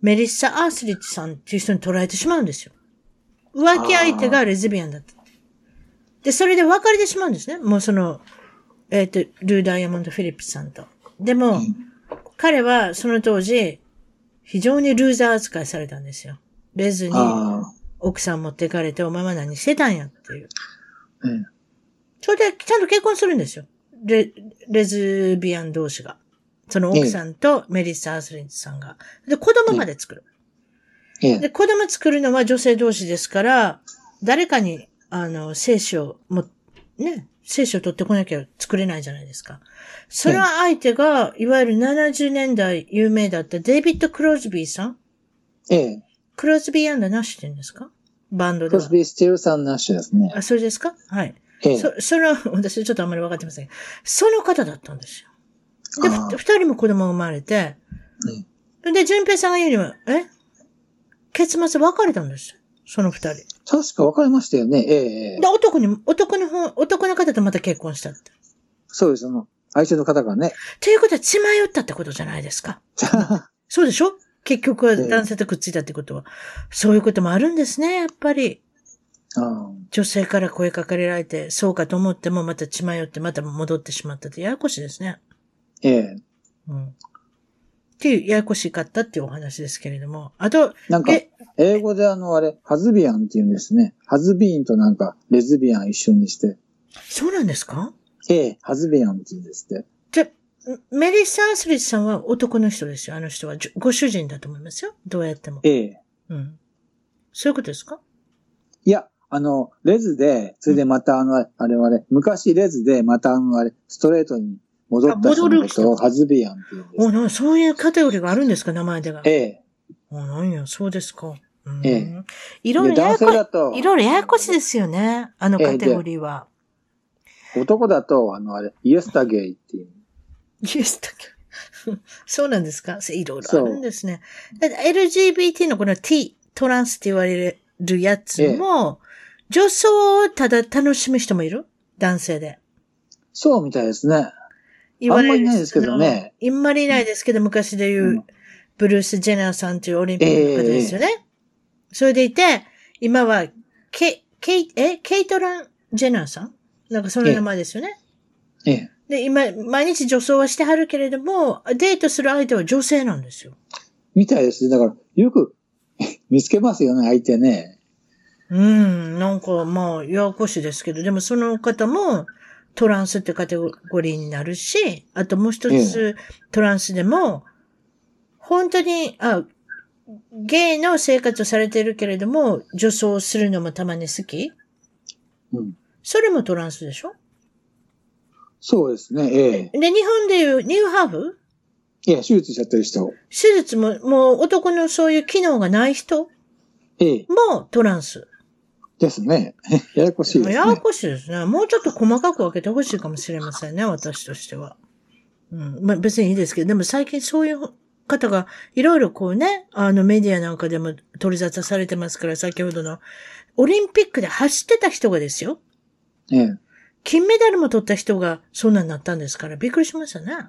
S1: メリッサ・アースリッチさんっていう人に捉えてしまうんですよ。浮気相手がレズビアンだった。で、それで別れてしまうんですね。もうその、えっ、と、ルー・ダイヤモンド・フィリップスさんと。でも、彼はその当時、非常にルーザー扱いされたんですよ。レズに
S2: あ
S1: 奥さん持ってかれて、お前は何してたんやっていう。
S2: あ。ええ。
S1: それで、ちゃんと結婚するんですよ。レ、レズビアン同士が。その奥さんとメリッサ・アースリンチさんが。で、子供まで作る。
S2: ええ。
S1: で、子供作るのは女性同士ですから、誰かに、あの、精子をも、ね、精子を取ってこなきゃ作れないじゃないですか。その相手が、いわゆる70年代有名だったデイビッド・クローズビーさん
S2: ええ。
S1: クローズビーナッシュって言うんですかバンド
S2: ク
S1: で
S2: ロ
S1: は
S2: ス。ビー・スティールさん・ナッシュですね。
S1: あ、それですかはい。
S2: ええ。
S1: そ、その、 私ちょっとあんまり分かってませんがその方だったんですよ。で、
S2: あー
S1: ふ二人も子供が生まれて、で、淳平さんが言うには、え結末別れたんですよ。その二人。
S2: 確か分かりましたよね。ええええ
S1: で、。男に、男の方、男の方とまた結婚したって。
S2: そうです。その、相手の方がね。
S1: ということは、血迷ったってことじゃないですか。 そうでしょ結局は
S2: ええ
S1: 男性とくっついたってことは。そういうこともあるんですね、やっぱり。
S2: あ
S1: 女性から声かけられて、そうかと思ってもまた血迷ってまた戻ってしまったってややこしいですね。
S2: ええ。
S1: うん。っていう、ややこしかったっていうお話ですけれども。あと、
S2: なんか、
S1: え、
S2: 英語であの、あれ、ハズビアンって言うんですね。ハズビーンとなんか、レズビアン一緒にして。
S1: そうなんですか
S2: ええ、ハズビアンって言うんですって。
S1: じゃ、メリッサ・アスリスさんは男の人ですよ。あの人は。じゅご主人だと思いますよ。どうやっても。
S2: ええ。
S1: うん。そういうことですか
S2: いや、あの、レズで、それでまたあの、あれはね、昔レズで、またあの、あれ、ストレートに戻った人のことをハズビアンって言うんです
S1: お、。な、そういうカテゴリーがあるんですか名前でが。
S2: ええ。
S1: お、なんや、そうですか。うん
S2: え
S1: い
S2: で
S1: ろいろやや
S2: 男性だ
S1: こ、
S2: と、
S1: いろいろややこしいですよね。あのカテゴリーは。
S2: 男だと、あの、あれ、イエスタゲイっていう。
S1: イエスだけ。 そうなんですかいろいろあるんですね。だって LGBT のこの T、トランスって言われるやつも、女装をただ楽しむ人もいる男性で。
S2: そうみたいですね。
S1: 言われる
S2: あんまりいないですけどね。
S1: あんまりいないですけど、昔で言う、
S2: うん
S1: ブルース・ジェナーさんというオリンピックの方ですよね。それでいて、今は、ケ、ケイ、え、ケイトラン・ジェナーさんなんかその名前ですよね。
S2: ええ。
S1: で、今、毎日女装はしてはるけれども、デートする相手は女性なんですよ。
S2: みたいです。だから、よく 見つけますよね、相手ね。
S1: うん、なんかまあ、ややこしいですけど、でもその方も、トランスってカテゴリーになるし、あともう一つ、トランスでも、本当に、あ、ゲイの生活をされてるけれども、女装するのもたまに好き
S2: うん。
S1: それもトランスでしょ
S2: そうですね、ええ。
S1: で、日本でいうニューハーフ
S2: いや、手術しちゃってる人。
S1: 手術も、もう男のそういう機能がない人
S2: ええ。
S1: もトランス。
S2: ですね。 ややこしいですね。
S1: ややこしいですね。もうちょっと細かく分けてほしいかもしれませんね、私としては。うん。まあ別にいいですけど、でも最近そういう方がいろいろこうね、あのメディアなんかでも取り沙汰されてますから、先ほどのオリンピックで走ってた人がですよ。
S2: ええ。
S1: 金メダルも取った人がそんなになったんですから、びっくりしましたね。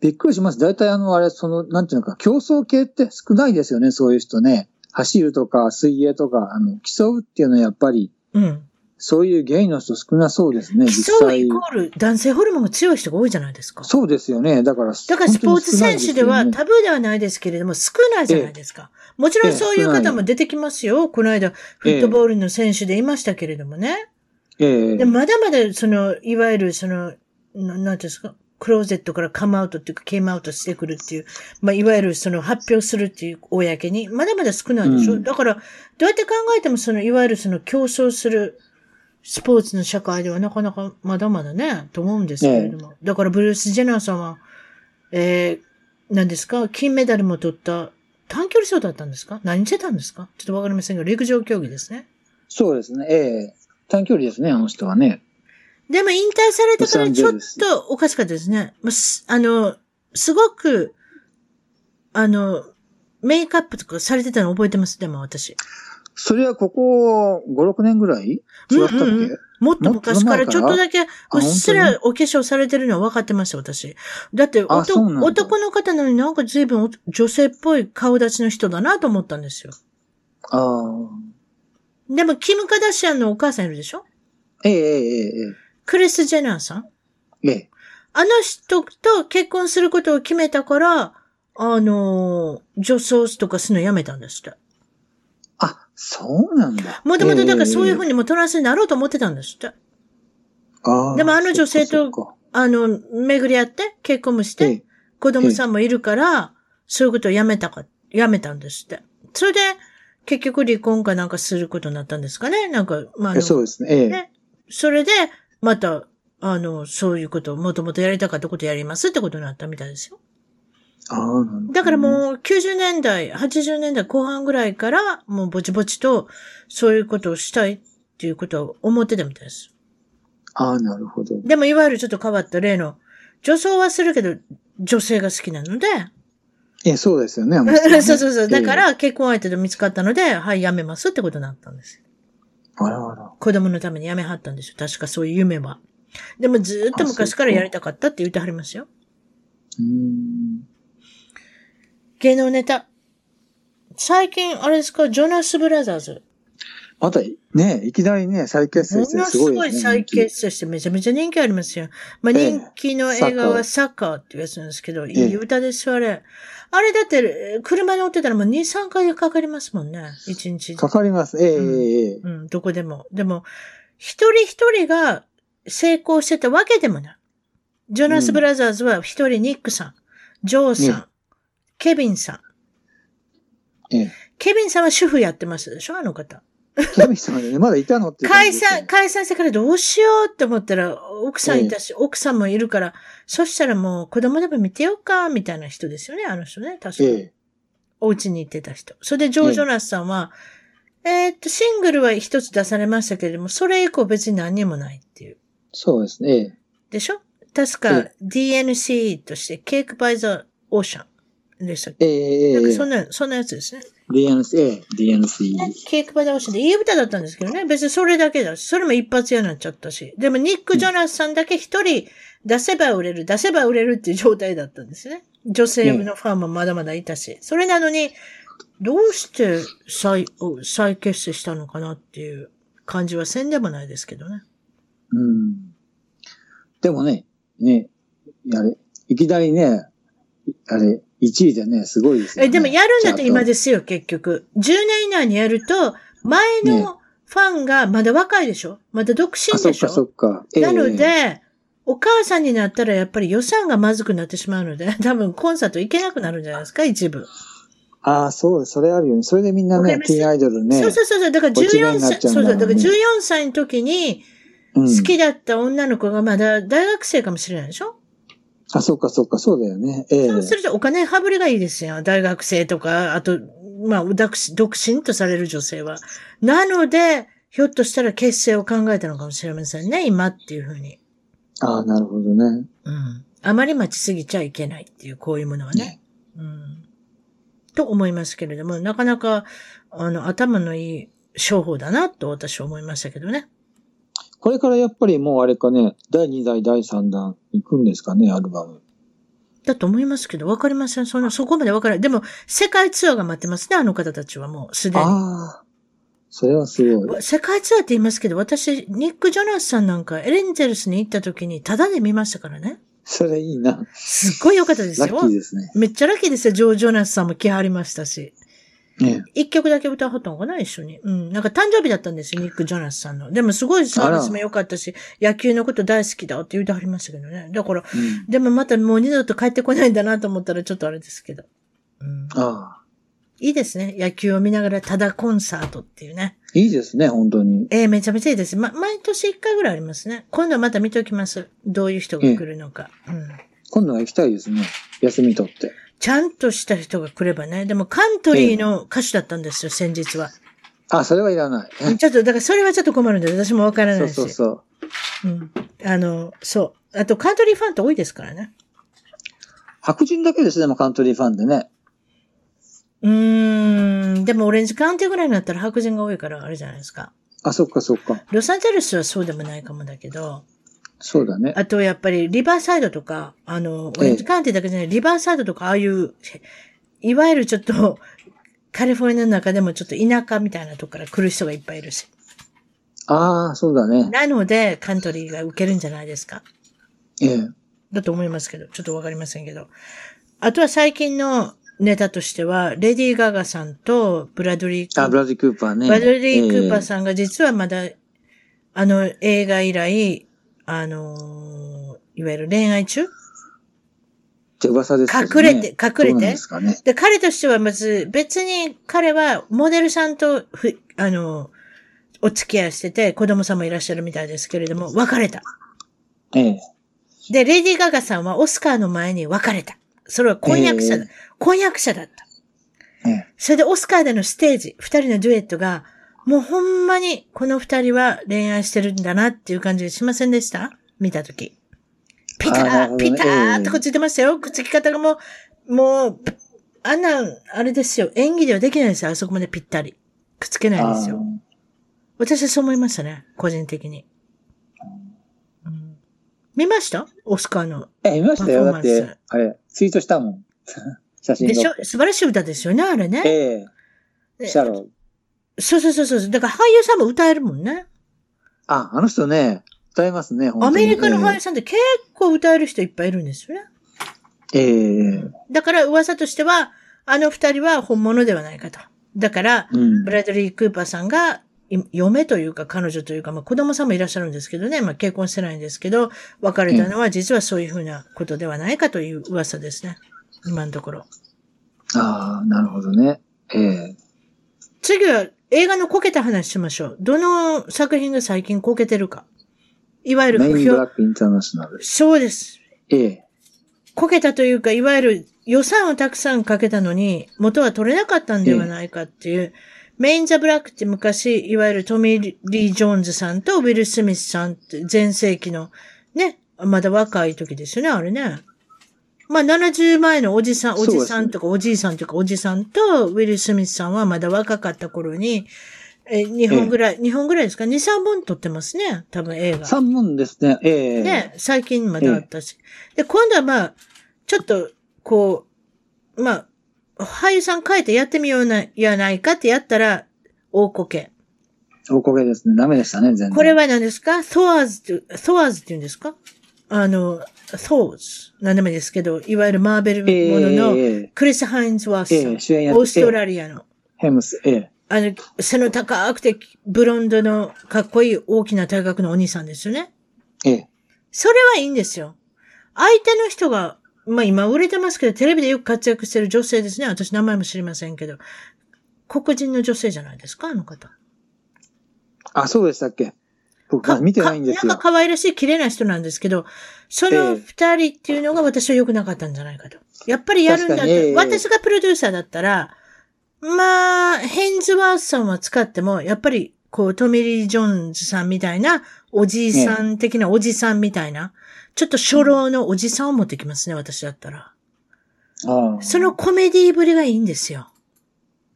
S2: びっくりします。大体あの、あれ、その、なんていうのか、競争系って少ないですよね、そういう人ね。走るとか、水泳とか、あの、競うっていうのはやっぱり、
S1: うん。
S2: そういうゲイの人少なそうですね、実
S1: 競う
S2: 際
S1: イ。コール男性ホルモンが強い人が多いじゃないですか。
S2: そうですよね。だから、
S1: だからスポーツ選手では
S2: 本当に
S1: タブーではないですけれども、少ないじゃないですか。もちろんそういう方も出てきますよ。この間、フットボールの選手でいましたけれどもね。
S2: 少ないですよねええ
S1: でまだまだ、その、いわゆる、その、ななんていうんですか、クローゼットからカムアウトっていうか、ケイムアウトしてくるっていう、まあ、いわゆるその発表するっていう公に、まだまだ少ないでしょ。
S2: うん
S1: だから、どうやって考えても、その、いわゆるその競争するスポーツの社会ではなかなかまだまだね、と思うんですけれども。だから、ブルース・ジェナーさんは、えー、何ですか、金メダルも取った短距離走だったんですか何してたんですかちょっとわかりませんが、陸上競技ですね。
S2: そうですね、ええ短距離ですね、あの人はね。
S1: でも引退されてからちょっ
S2: ロサンゼ
S1: とおかしかったですね。もうすあの、すごく、あの、メイクアップとかされてたの覚えてますでも私。
S2: それはここ、5、6年ぐらい違ったっけ、
S1: うんうんうんもっと昔から
S2: もっ
S1: ち
S2: と
S1: ょっと
S2: 前
S1: だけうっすらお化粧されてるのは分かってました、私。だって
S2: あそうなん
S1: 男
S2: だ
S1: 男の方なのになんか随分お女性っぽい顔立ちの人だなと思ったんですよ。
S2: あ
S1: でも、キム・カダシアンのお母さんいるでしょ
S2: あ。ええええ
S1: クリス・ジェナーさん
S2: ええええ。
S1: あの人と結婚することを決めたから、あのー、女装とかするのやめたんですって。
S2: あ、そうなんだ。
S1: もともとだからそういうふう
S2: に。
S1: にもトランスになろうと思ってたんですって。
S2: ああ
S1: でもあの女性と
S2: そっかそっか
S1: あの、巡り合って、結婚もし
S2: え
S1: て、
S2: え
S1: 子供さんもいるから、そういうことをやめたか、やめたんですって。それで、結局離婚かなんかすることになったんですかねなんか、まああ
S2: え
S1: の、
S2: そうですね、ええ
S1: ねそれで、また、あの、そういうことをもともとやりたかったことやりますってことになったみたいですよ。
S2: ああ、なん
S1: だから
S2: う。
S1: もう90年代、80年代後半ぐらいから、もうぼちぼちと、そういうことをしたいっていうことを思ってたみたいです。
S2: ああ、なるほど。
S1: でも、いわゆるちょっと変わった例の、女装はするけど、女性が好きなので、
S2: え、そうですよね、あの人は ね
S1: そうそうそう。だか、
S2: ええ
S1: ら、結婚相手と見つかったので、はい、やめますってことになったんですよ。
S2: あらあら。
S1: 子供のためにやめはったんですよ。確かそういう夢は。でも、ずーっと昔からやりたかったって言ってはりますよ。
S2: うーん。
S1: 芸能ネタ。最近、あれですか、ジョナス・ブラザーズ。
S2: また、ね、いきなりね、再結成して
S1: もの
S2: す
S1: す
S2: ごい、ね。
S1: ごい再結成してめちゃめちゃ人気ありますよ。まあ
S2: ええ
S1: 人気の映画はサッカーっていうやつなんですけど、いい歌ですよ、あれ。あれだって、車乗ってたらもう2、3回かかりますもんね。1日
S2: 人気。かかります。ええ
S1: うん
S2: え えええ
S1: うん、どこでも。でも、一人一人が成功してたわけでもない。ジョナス・ブラザーズは一人ニックさん、ジョーさん、
S2: うん
S1: ケビンさん。
S2: ええ
S1: ケビンさんは主婦やってますでしょあの方。
S2: キャミさんね、まだいたのっていう感
S1: 解
S2: じですよ
S1: 散、
S2: ね。
S1: 解散してからどうしようって思ったら、奥さんいたし、奥さんもいるから、そしたらもう子供でも見てようか、みたいな人ですよね、あの人ね、確か。
S2: ええ
S1: お家に行ってた人。それで、ジョー・ジョナスさんは、えーっと、シングルは一つ出されましたけれども、それ以降別に何にもないっていう。
S2: そうですね。ええ
S1: でしょ確か DNC として、ケーク・バイ・ザ・オーシャンでしたっけ
S2: ええええ
S1: なん
S2: え
S1: か
S2: え
S1: そんな、そんなやつですね。
S2: DNC、ええ DNC。
S1: ケークバダオシでいい歌だったんですけどね。別にそれだけだし、それも一発屋になっちゃったし。でもニック・ジョナスさんだけ一人出せば売れる、出せば売れるっていう状態だったんですね。女性のファンもまだまだいたし。それなのに、どうして再、再結成したのかなっていう感じはせんでもないですけどね。
S2: うん。でもね、ね、あれ、いきなりね、あれ、1位でね、すごいですよ、ね。
S1: え、でもやるんだって今
S2: で。
S1: ですよ、結局。10年以内にやると、前
S2: ね
S1: のフファンがまだ若いでしょまだ独
S2: あ、
S1: 身
S2: そ
S1: で
S2: っ
S1: しょ
S2: かそっか。ええ
S1: なので、、お母さんになったらやっぱり予算がまずくなってしまうので、 多分コンサート行けなくなるんじゃないですか、一部。
S2: ああ、そう、それあるよね。それでみんな
S1: わか
S2: ね
S1: り、ました
S2: ティーンアイドルね。
S1: そうそうそうそう、だから
S2: こっち側
S1: 14
S2: になっ
S1: 歳、
S2: ちゃうん
S1: そ
S2: だ
S1: う
S2: もんね
S1: そう、だから14歳の時に
S2: うん
S1: 好きだった女の子がまだ大学生かもしれないでしょ、
S2: あ、そっかそっか、そうだよね。ええ
S1: そうするとお金羽振りがいいですよ。大学生とか、あと、まあ、独身独身とされる女性は。なので、ひょっとしたら結成を考えたのかもしれませんね、今っていうふうに。
S2: ああ、なるほどね。
S1: うん。あまり待ちすぎちゃいけないっていう、こういうものはね。
S2: ね
S1: うん。と思いますけれども、なかなか、あの、頭のいい商法だなと私は思いましたけどね。
S2: これからやっぱりもうあれかね、第2弾、第3弾いくんですかね、アルバム。
S1: だと思いますけど、わかりません。その、そこまでわからない。でも、世界ツアーが待ってますね、あの方たちはもう、すでに。
S2: ああ、それはすごい。
S1: 世界ツアーって言いますけど、私、ニック・ジョナスさんなんか、エレンゼルスに行った時に、タダで見ましたからね。
S2: それいいな。
S1: すっごい良かったです
S2: ラ
S1: よ。
S2: ッキーですね。
S1: めっちゃラッキーですよ。ジョー・ジョナスさんも来はりましたし。
S2: ね
S1: 一曲だけ歌うはったのかな一緒に。うん。なんか誕生日だったんですよ、ニック・ジョナスさんの。でもすごいサービスも良かったし、野球のこと大好きだって言うてはりましたけどね。だから、
S2: うん、
S1: でもまたもう二度と帰ってこないんだなと思ったらちょっとあれですけど。うん。
S2: ああ、
S1: いいですね。野球を見ながらただコンサートっていうね。
S2: いいですね、本当に。
S1: ええめちゃめちゃいいです。ま、毎年一回ぐらいありますね。今度はまた見ておきます。どういう人が来るのか。うん。
S2: 今度は行きたいですね。休み取って。
S1: ちゃんとした人が来ればね。でもカントリーの歌手だったんですよ、先日は。
S2: あ、それはいらない。
S1: ちょっと、だからそれはちょっと困るんで、私もわから
S2: そ
S1: な
S2: う
S1: いし。
S2: そうそ
S1: う
S2: う。
S1: ん。あの、そう。あと、カントリーファンって多いですからね。
S2: 白人だけですね、もうカントリーファンでね。
S1: うーん。でも、オレンジカウンティーぐらいになったら白人が多いから、あれじゃないですか。
S2: あ、そっかそっか。
S1: ロサンゼルスはそうでもないかもだけど、
S2: そうだね。
S1: あと、やっぱり、リバーサイドとか、あの、オレンジカウンティーだけじゃない、リバーサイドとか、ああいう、いわゆるちょっと、カリフォルニアの中でもちょっと田舎みたいなとこから来る人がいっぱいいるし。
S2: ああ、そうだね。
S1: なので、カントリーが受けるんじゃないですか。
S2: ええ。
S1: だと思いますけど、ちょっとわかりませんけど。あとは最近のネタとしては、レディー・ガガさんとブラドリー・
S2: あ、ブラジル・クーパーね。
S1: ブラドリー・クーパー
S2: ん。
S1: さんが実はまだ、あの映画以来、あのーいわゆる恋愛中
S2: って噂ですけど、ね。
S1: 隠れて隠れて
S2: どうなんですかね。
S1: で、彼としてはまず、別に彼はモデルさんとふ、あのーお付き合いしてて、子供さんもいらっしゃるみたいですけれども、別れた。
S2: ええ。
S1: で、レディー・ガガさんはオスカーの前に別れた。それは婚約者だ。
S2: え
S1: 婚約者だった。
S2: ええ。
S1: それでオスカーでのステージ、二人のデュエットが、もうほんまにこの二人は恋愛してるんだなっていう感じがしませんでした見たとき。ピタ
S2: あーな
S1: ー、
S2: るほどね
S1: ピターってこっち出ましたよ。口利き方がもう、もう、あんなん、あれですよ。演技ではできないですよ。あそこまでぴったり。くっつけないです
S2: あ
S1: よ。
S2: ー
S1: 私はそう思いましたね。個人的に。うん見ましたオスカーの。
S2: ええ、見ましたよ。
S1: パ
S2: だ
S1: フォーマン
S2: っ
S1: ス
S2: て、あれ、ツイートしたもん。 写真
S1: でし
S2: 撮
S1: ょ
S2: って
S1: 素晴らしい歌ですよね、あれね。
S2: ええ。シャロー。
S1: そうそうそうそう。だから俳優さんも歌えるもんね。
S2: あ、あの人ね、歌いますね、本当
S1: ア
S2: に
S1: メリカの俳優さんって結構歌える人いっぱいいるんですよね。
S2: ええええ
S1: だから噂としては、あの二人は本物ではないかと。だから、
S2: うん
S1: ブ。ラッドリー・クーパーさんが、い嫁というか彼女というか、まあ子供さんもいらっしゃるんですけどね、まあ結婚してないんですけど、別れたのは実はそういうふうなことではないかという噂ですね。今のところ。
S2: ああ、なるほどね。ええ。
S1: 次は映画のこけた話しましょう。どの作品が最近こけてるか。いわゆる
S2: メインブラ
S1: 評
S2: ッ、クインターナショナル。
S1: そうです。
S2: ええ。
S1: こけたというか、いわゆる予算をたくさんかけたのに、元は取れなかったんではないかっていう、メイン・ザ・ブラックって昔、いわゆるトミー・リー・ジョーンズさんとウィル・スミスさんって前世紀の、ね、まだ若い時ですよね、あれね。まあ、70前のおじさん、おじさんとかおじいさんとかおじさんと、ウィル・スミスさんはまだ若かった頃に、え、2本ぐらい、2本ぐらいですか ?2、3本撮ってますね、多分映画。
S2: 三問ですね。ええ。
S1: ね、最近まであったし。で、今度はまあ、ちょっと、こう、まあ、俳優さん変えてやってみような、やないかってやったら、大こけ。
S2: おこげですね。ダメでしたね、全然。
S1: これは何ですかソアーズって、ソアーズって言うんですかあの、ソーズ。何でもいいですけど、いわゆるマーベル
S2: ええ、
S1: ものの、
S2: ええ
S1: クリス・ハインズ・ワースさん
S2: ええ主演やっ
S1: オーストラリアの。
S2: ヘムス、ええ。
S1: あの、背の高くて、ブロンドのかっこいい大きな体格のお兄さんですよね。
S2: ええ。
S1: それはいいんですよ。相手の人が、まあ今売れてますけど、テレビでよく活躍してる女性ですね。私名前も知りませんけど。黒人の女性じゃないですか、あの方。
S2: あ、そうでしたっけ僕、
S1: か
S2: 見てないんです
S1: か
S2: よ
S1: なん。か可愛らしい、綺麗な人なんですけど、その
S2: ええ
S1: 二人っていうのが私は良くなかったんじゃないかと。やっぱりやるんだっ
S2: 確かにえ
S1: て、
S2: え
S1: 私がプロデューサーだったら、まあ、ヘンズワースさんは使っても、やっぱり、こう、トミーリー・ジョーンズさんみたいな、おじいさん的なおじさんみたいな、ちょっと初老のおじさんを持ってきますね、私だったら。
S2: ああ
S1: その、コメディぶりがいいんですよ。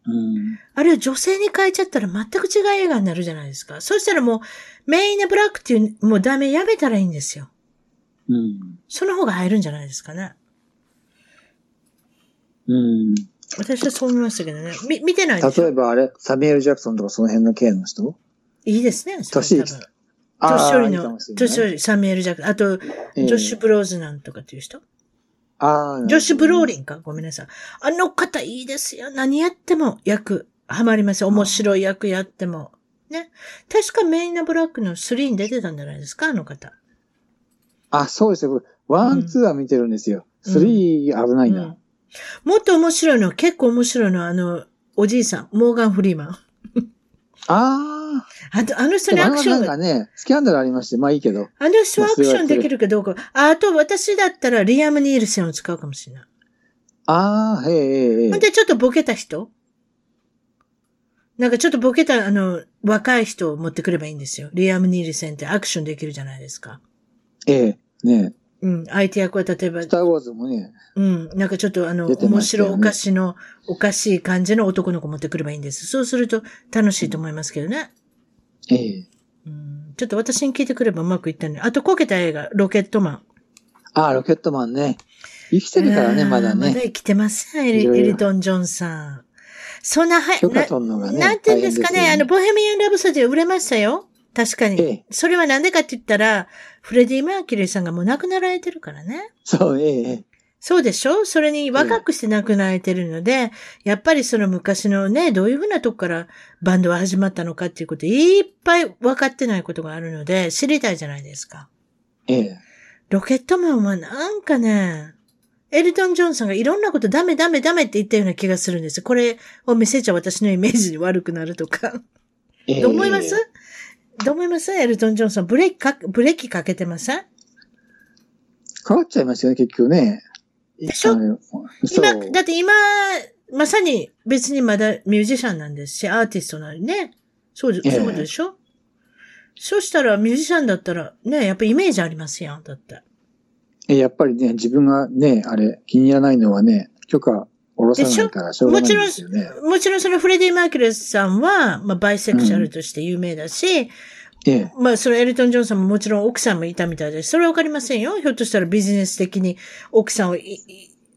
S2: うん。
S1: あるいは女性に変えちゃったら全く違う映画になるじゃないですか。そしたらもう、メインのブラックっていう、もうダメやめたらいいんですよ。
S2: うん。
S1: その方が入るんじゃないですかね。
S2: うん。
S1: 私はそう思いましたけどね。み、見てないでし
S2: 例え
S1: ょ
S2: ばあれ、サミュエル・ジャクソンとかその辺の系の人
S1: いいですね。それ
S2: 年い
S1: 多分
S2: ああ
S1: 年寄り
S2: いいか
S1: の
S2: もし、れない
S1: 年寄り、サミュエル・ジャク、あと、ジ
S2: ええ
S1: ョッシュ・ブローズなんとかっていう人。
S2: ああ。
S1: ジョッシュ・ブロー
S2: リ
S1: リンかごめんなさい。あの方いいですよ。何やっても役、ハマりますよ。面白い役やっても。ね。確かメインのブラックの3に出てたんじゃないですかあの方。
S2: あ、そうですよ。僕ワン、ツーは見てるんですよ。
S1: うん
S2: スリー危ないな。
S1: もっと面白いの、結構面白いのは、あの、おじいさん、モーガン・フリーマン。
S2: ああ。
S1: あと、あの人に
S2: でもあ
S1: ア
S2: の
S1: クショ
S2: な
S1: ン
S2: ん
S1: が
S2: かね、スキャンダルありまして、まあいいけど。
S1: あの人はアクションできるかどうか。ああと私だったらリアム・ニールセンを使うかもしれない。
S2: ああ、へえ、へえ、へ
S1: ほん
S2: え。
S1: でちょっとボケた人なんかちょっとボケた、あの、若い人を持ってくればいいんですよ。リアム・ニールセンってアクションできるじゃないですか。
S2: ええ、ねえ
S1: うん。相手役は例えば
S2: ス、ター・ウォーズもね、
S1: うん。なんかちょっとあの、
S2: 出て
S1: 面
S2: ました
S1: 白
S2: よ
S1: い
S2: ね
S1: おかしの、おかしい感じの男の子持ってくればいいんです。そうすると楽しいと思いますけどね。
S2: ええ。
S1: うん。ちょっと私に聞いてくればうまくいったね。あと、こけた映画、ロケットマン。
S2: ああ、ロケットマンね。生きてるからね、
S1: あー
S2: まだ
S1: まだ
S2: ね。
S1: 生きてますね、エリ
S2: いろいろ
S1: エリトン・ジョンさん。そんな、は
S2: 許可取るのがね。
S1: なんて言うんですかね
S2: 大
S1: あ
S2: 変
S1: の、
S2: ですよ
S1: ボヘミアン・ラブソディは売れましたよ。確かに。
S2: ええ
S1: それはなんでかって言ったら、フレディ・マーキュリーさんがもう亡くなられてるからね。
S2: そう、ええ、ええ。
S1: そうでしょそれに若くして亡くなられてるので、やっぱりその昔のね、どういうふうなとこからバンドは始まったのかっていうこと、いっぱい分かってないことがあるので、知りたいじゃないですか。
S2: ええ。
S1: ロケットマンはなんかね、エルトン・ジョンさんがいろんなことダメダメダメって言ったような気がするんですよ。これを見せちゃ私のイメージに悪くなるとか。
S2: ええ
S1: どう思います、どう思いますエルトン・ジョンさん。ブレーキか、ブレーキかけてません
S2: 変わっちゃいましたよね、結局ね。で
S1: しょ今、
S2: そう
S1: だって今、まさに別にまだミュージシャンなんですし、アーティストなんでね。そうじ、
S2: ええ
S1: そういうことでしょ、そしたらミュージシャンだったらね、やっぱイメージありますやん。だって。
S2: えやっぱりね、自分がね、あれ、気に入らないのはね、許可下ろさないからしょうがないんですよね。
S1: もちろんそのフレディ・マーキュレスさんは、まあ、バイセクシャルとして有名だし、
S2: ええ。
S1: まあ、そのエルトン・ジョンさんももちろん奥さんもいたみたいです。それはわかりませんよ。ひょっとしたらビジネス的に奥さんをい、い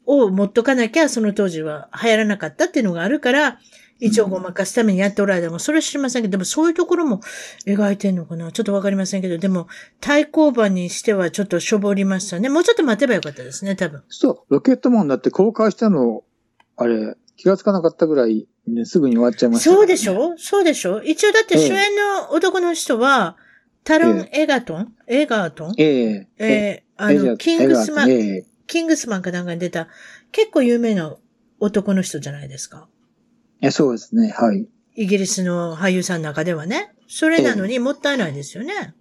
S1: を持っとかなきゃ、その当時は流行らなかったっていうのがあるから、一応ごまかすためにやっておられたも、それは知りませんけど、でもそういうところも描いてんのかなちょっとわかりませんけど、でも、対抗馬にしてはちょっとしょぼりましたね。もうちょっと待てばよかったですね、多分。
S2: そう、ロケットマンだって公開したの、あれ、気がつかなかったぐらい、ね、すぐに終わっちゃいましたから
S1: そ
S2: ね、
S1: うでしょそうでしょ一応だって
S2: ええ
S1: 主演の男の人は、タロン・
S2: え
S1: エガトン、エガートン
S2: ええ
S1: え
S2: え
S1: えあの、キングスマン
S2: え、え
S1: キングスマンかなんかに出た、結構有名な男の人じゃないですか。
S2: えそうですね、はい。
S1: イギリスの俳優さんの中ではね。それなのにもったいないですよね。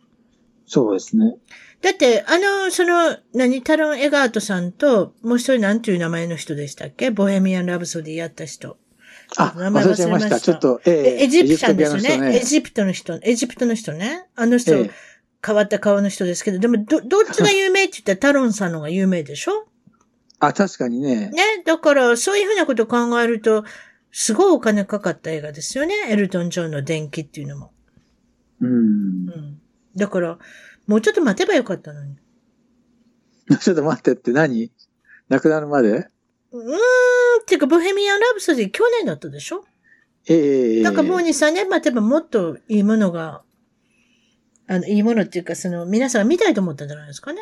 S2: そうですね。
S1: だって、あの、その、何、タロン・エガートさんと、もう一人なんていう名前の人でしたっけボヘミアン・ラブソディやった人。
S2: あ、
S1: 名前
S2: 忘れちゃいま
S1: 忘
S2: した。
S1: れました
S2: ちょっと、ええ
S1: エジプシャンですよ
S2: エジプト系の
S1: ね。エジプトの人、エジプトの人ね。あの人、
S2: ええ
S1: 変わった顔の人ですけど、でも、ど、どっちが有名って言ったらタロンさんの方が有名でし ょ
S2: あ、確かにね。
S1: ね。だから、そういうふうなことを考えると、すごいお金かかった映画ですよね。エルトン・ジョンの電気っていうのも。
S2: うん
S1: う。ん。だから、もうちょっと待てばよかったのに。
S2: ちょっと待ってって何亡くなるまで
S1: うーん、っていうか、ボヘミアン・ラブソディ去年だったでしょ
S2: ええええ
S1: だからもう2、3年待てばもっといいものが、あの、いいものっていうか、その、皆さんが見たいと思ったんじゃないですかね。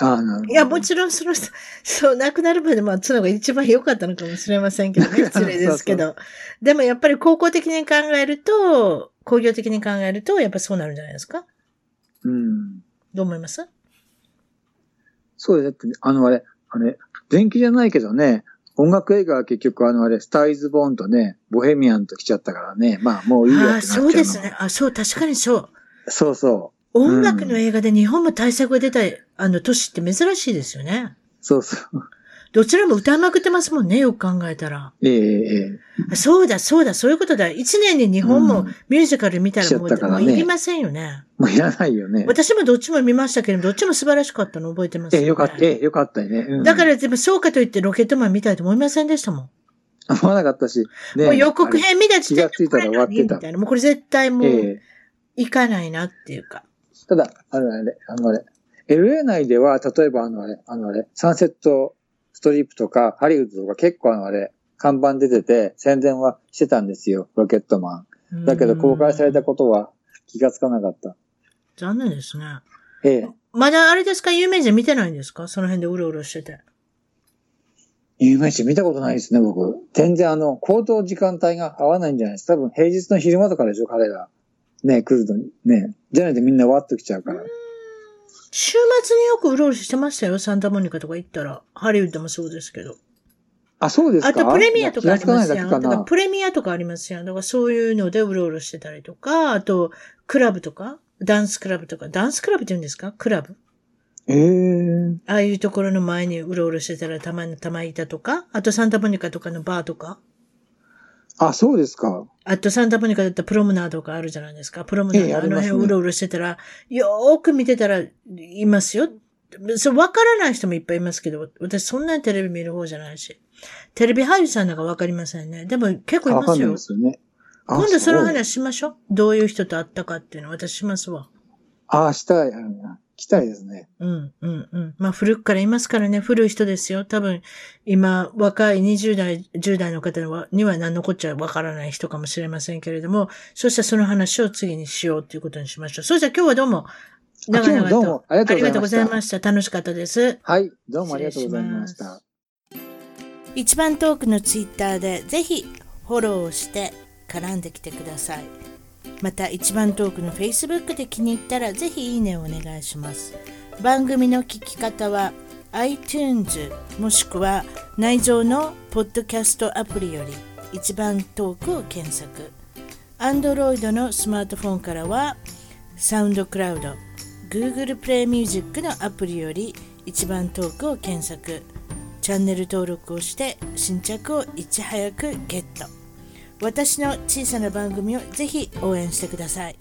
S2: ああ、なるほど
S1: いや、もちろんその、そう、亡くなるまで待つのが一番良かったのかもしれませんけ どね。失礼ですけど。
S2: そ
S1: でもやっぱり高校的に考えると、工業的に考えると、やっぱそうなるんじゃないですか
S2: うん。
S1: どう思います
S2: そうだって、あのあれ、あれ、前期じゃないけどね、音楽映画は結局あのあれ、スターイズボーンとね、ボヘミアンと来ちゃったからね、まあもういい
S1: あ
S2: や
S1: あ、
S2: ってなっちゃう
S1: そ
S2: の
S1: うですね。。あ、そう、確かにそう。
S2: そうそう。
S1: 音楽の映画で日本も対策が出た、あの、年って珍しいですよね。
S2: そうそう。
S1: どちらも歌いまくってますもんね、よく考えたら。
S2: ええええ
S1: あそうだ、そうだ、そういうことだ。一年に日本
S2: う
S1: も
S2: ん
S1: ミュージカル見たらもう、
S2: しちゃったか
S1: も
S2: ら
S1: う
S2: ね
S1: いりませんよね。
S2: もういらないよ ね。
S1: 私もどっちも見ましたけれど、どっちも素晴らしかったの覚えてます
S2: え
S1: ね、
S2: えよかった、ええよかったよね。うん
S1: だか、ら、でもそうかといってロケットマン見たいと思いませんでしたもん。
S2: 思わなかったし、ね。
S1: もう予告
S2: あ
S1: 編見た時点で
S2: 気がついたら終わってた
S1: これ何みいな。もうこれ絶対も
S2: れ。え
S1: う、
S2: え
S1: 行かないなっていうか。
S2: ただ、あれあれ、あのあれ、LA 内では、例えばあのあれ、あのあれ、サンセットストリップとか、ハリウッドとか結構あのあれ、看板出てて、宣伝はしてたんですよ、ロケットマン。だけど公開された
S1: こ
S2: ことは気がつかなかった。
S1: と。残念ですね。
S2: ええ。
S1: まだあれですか、有名人見てないんですかその辺でうろうろしてて。
S2: 有名人見たことないですね、僕。全然あの、行動時間帯が合わないんじゃないですか。多分平日の昼間とかでしょ、彼ら。ね、来るのに。ね。じゃないとみんなわっと来ちゃうから。
S1: 週末によくうろうろしてましたよ。サンタモニカとか行ったら。ハリウッドもそうですけど。
S2: あ、そうですか
S1: あとプレミアとかあります
S2: 気
S1: や
S2: が
S1: ん。
S2: つ
S1: だか
S2: かないだけか
S1: ら
S2: な。
S1: プレミアとかありますやん。だからそういうのでうろうろしてたりとか、あと、クラブとか、ダンスクラブとか、ダンスクラブって言うんですかクラブ
S2: ええ
S1: ああいうところの前にうろうろしてたらたまにたまいたとか、あとサンタモニカとかのバーとか、
S2: あ、そうですか。
S1: あとサンタモニカだったらプロムナードがあるじゃないですか。プロムナー
S2: ええ
S1: ド、
S2: あ
S1: あ
S2: り
S1: の
S2: ますね
S1: 辺をうろうろしてたら、よーく見てたらいますよ。そう、わからない人もいっぱいいますけど、私そんなにテレビ見る方じゃないし。テレビ俳優さんなんかわかりませんね。でも結構い
S2: わ
S1: ま
S2: かん
S1: す
S2: ない
S1: よ
S2: で。すよね。あ
S1: 今度その。
S2: う
S1: 話しましょう。どういう人と会ったかっていうの私しますわ。
S2: あ、したい。うん来たいですね。
S1: うん、うん、うん。まあ古くからいますからね、古い人ですよ。多分、今、若い20代、10代の方にはには何のこっちゃわからない人かもしれませんけれども、そしたらその話を次にしようということにしましょう。そうじゃあ今日はどうも、
S2: 今日もどうもあり
S1: あ
S2: が
S1: りがとうご
S2: とうご
S1: ざ
S2: ざ
S1: い
S2: い
S1: ま
S2: まし
S1: した。楽しかったです。
S2: た。はい。どうもありがとうございまし
S1: 失礼しま
S2: た
S1: す。一番トークのツイッターでぜひフォローして絡んできてくださいまた一番トークの Facebook で気に入ったらぜひいいねをお願いします番組の聞き方は iTunes もしくは内蔵のポッドキャストアプリより一番トークを検索 Android のスマートフォンからはサウンドクラウド Google プレイミュージックのアプリより一番トークを検索チャンネル登録をして新着をいち早くゲット私の小さな番組をぜひ応援してください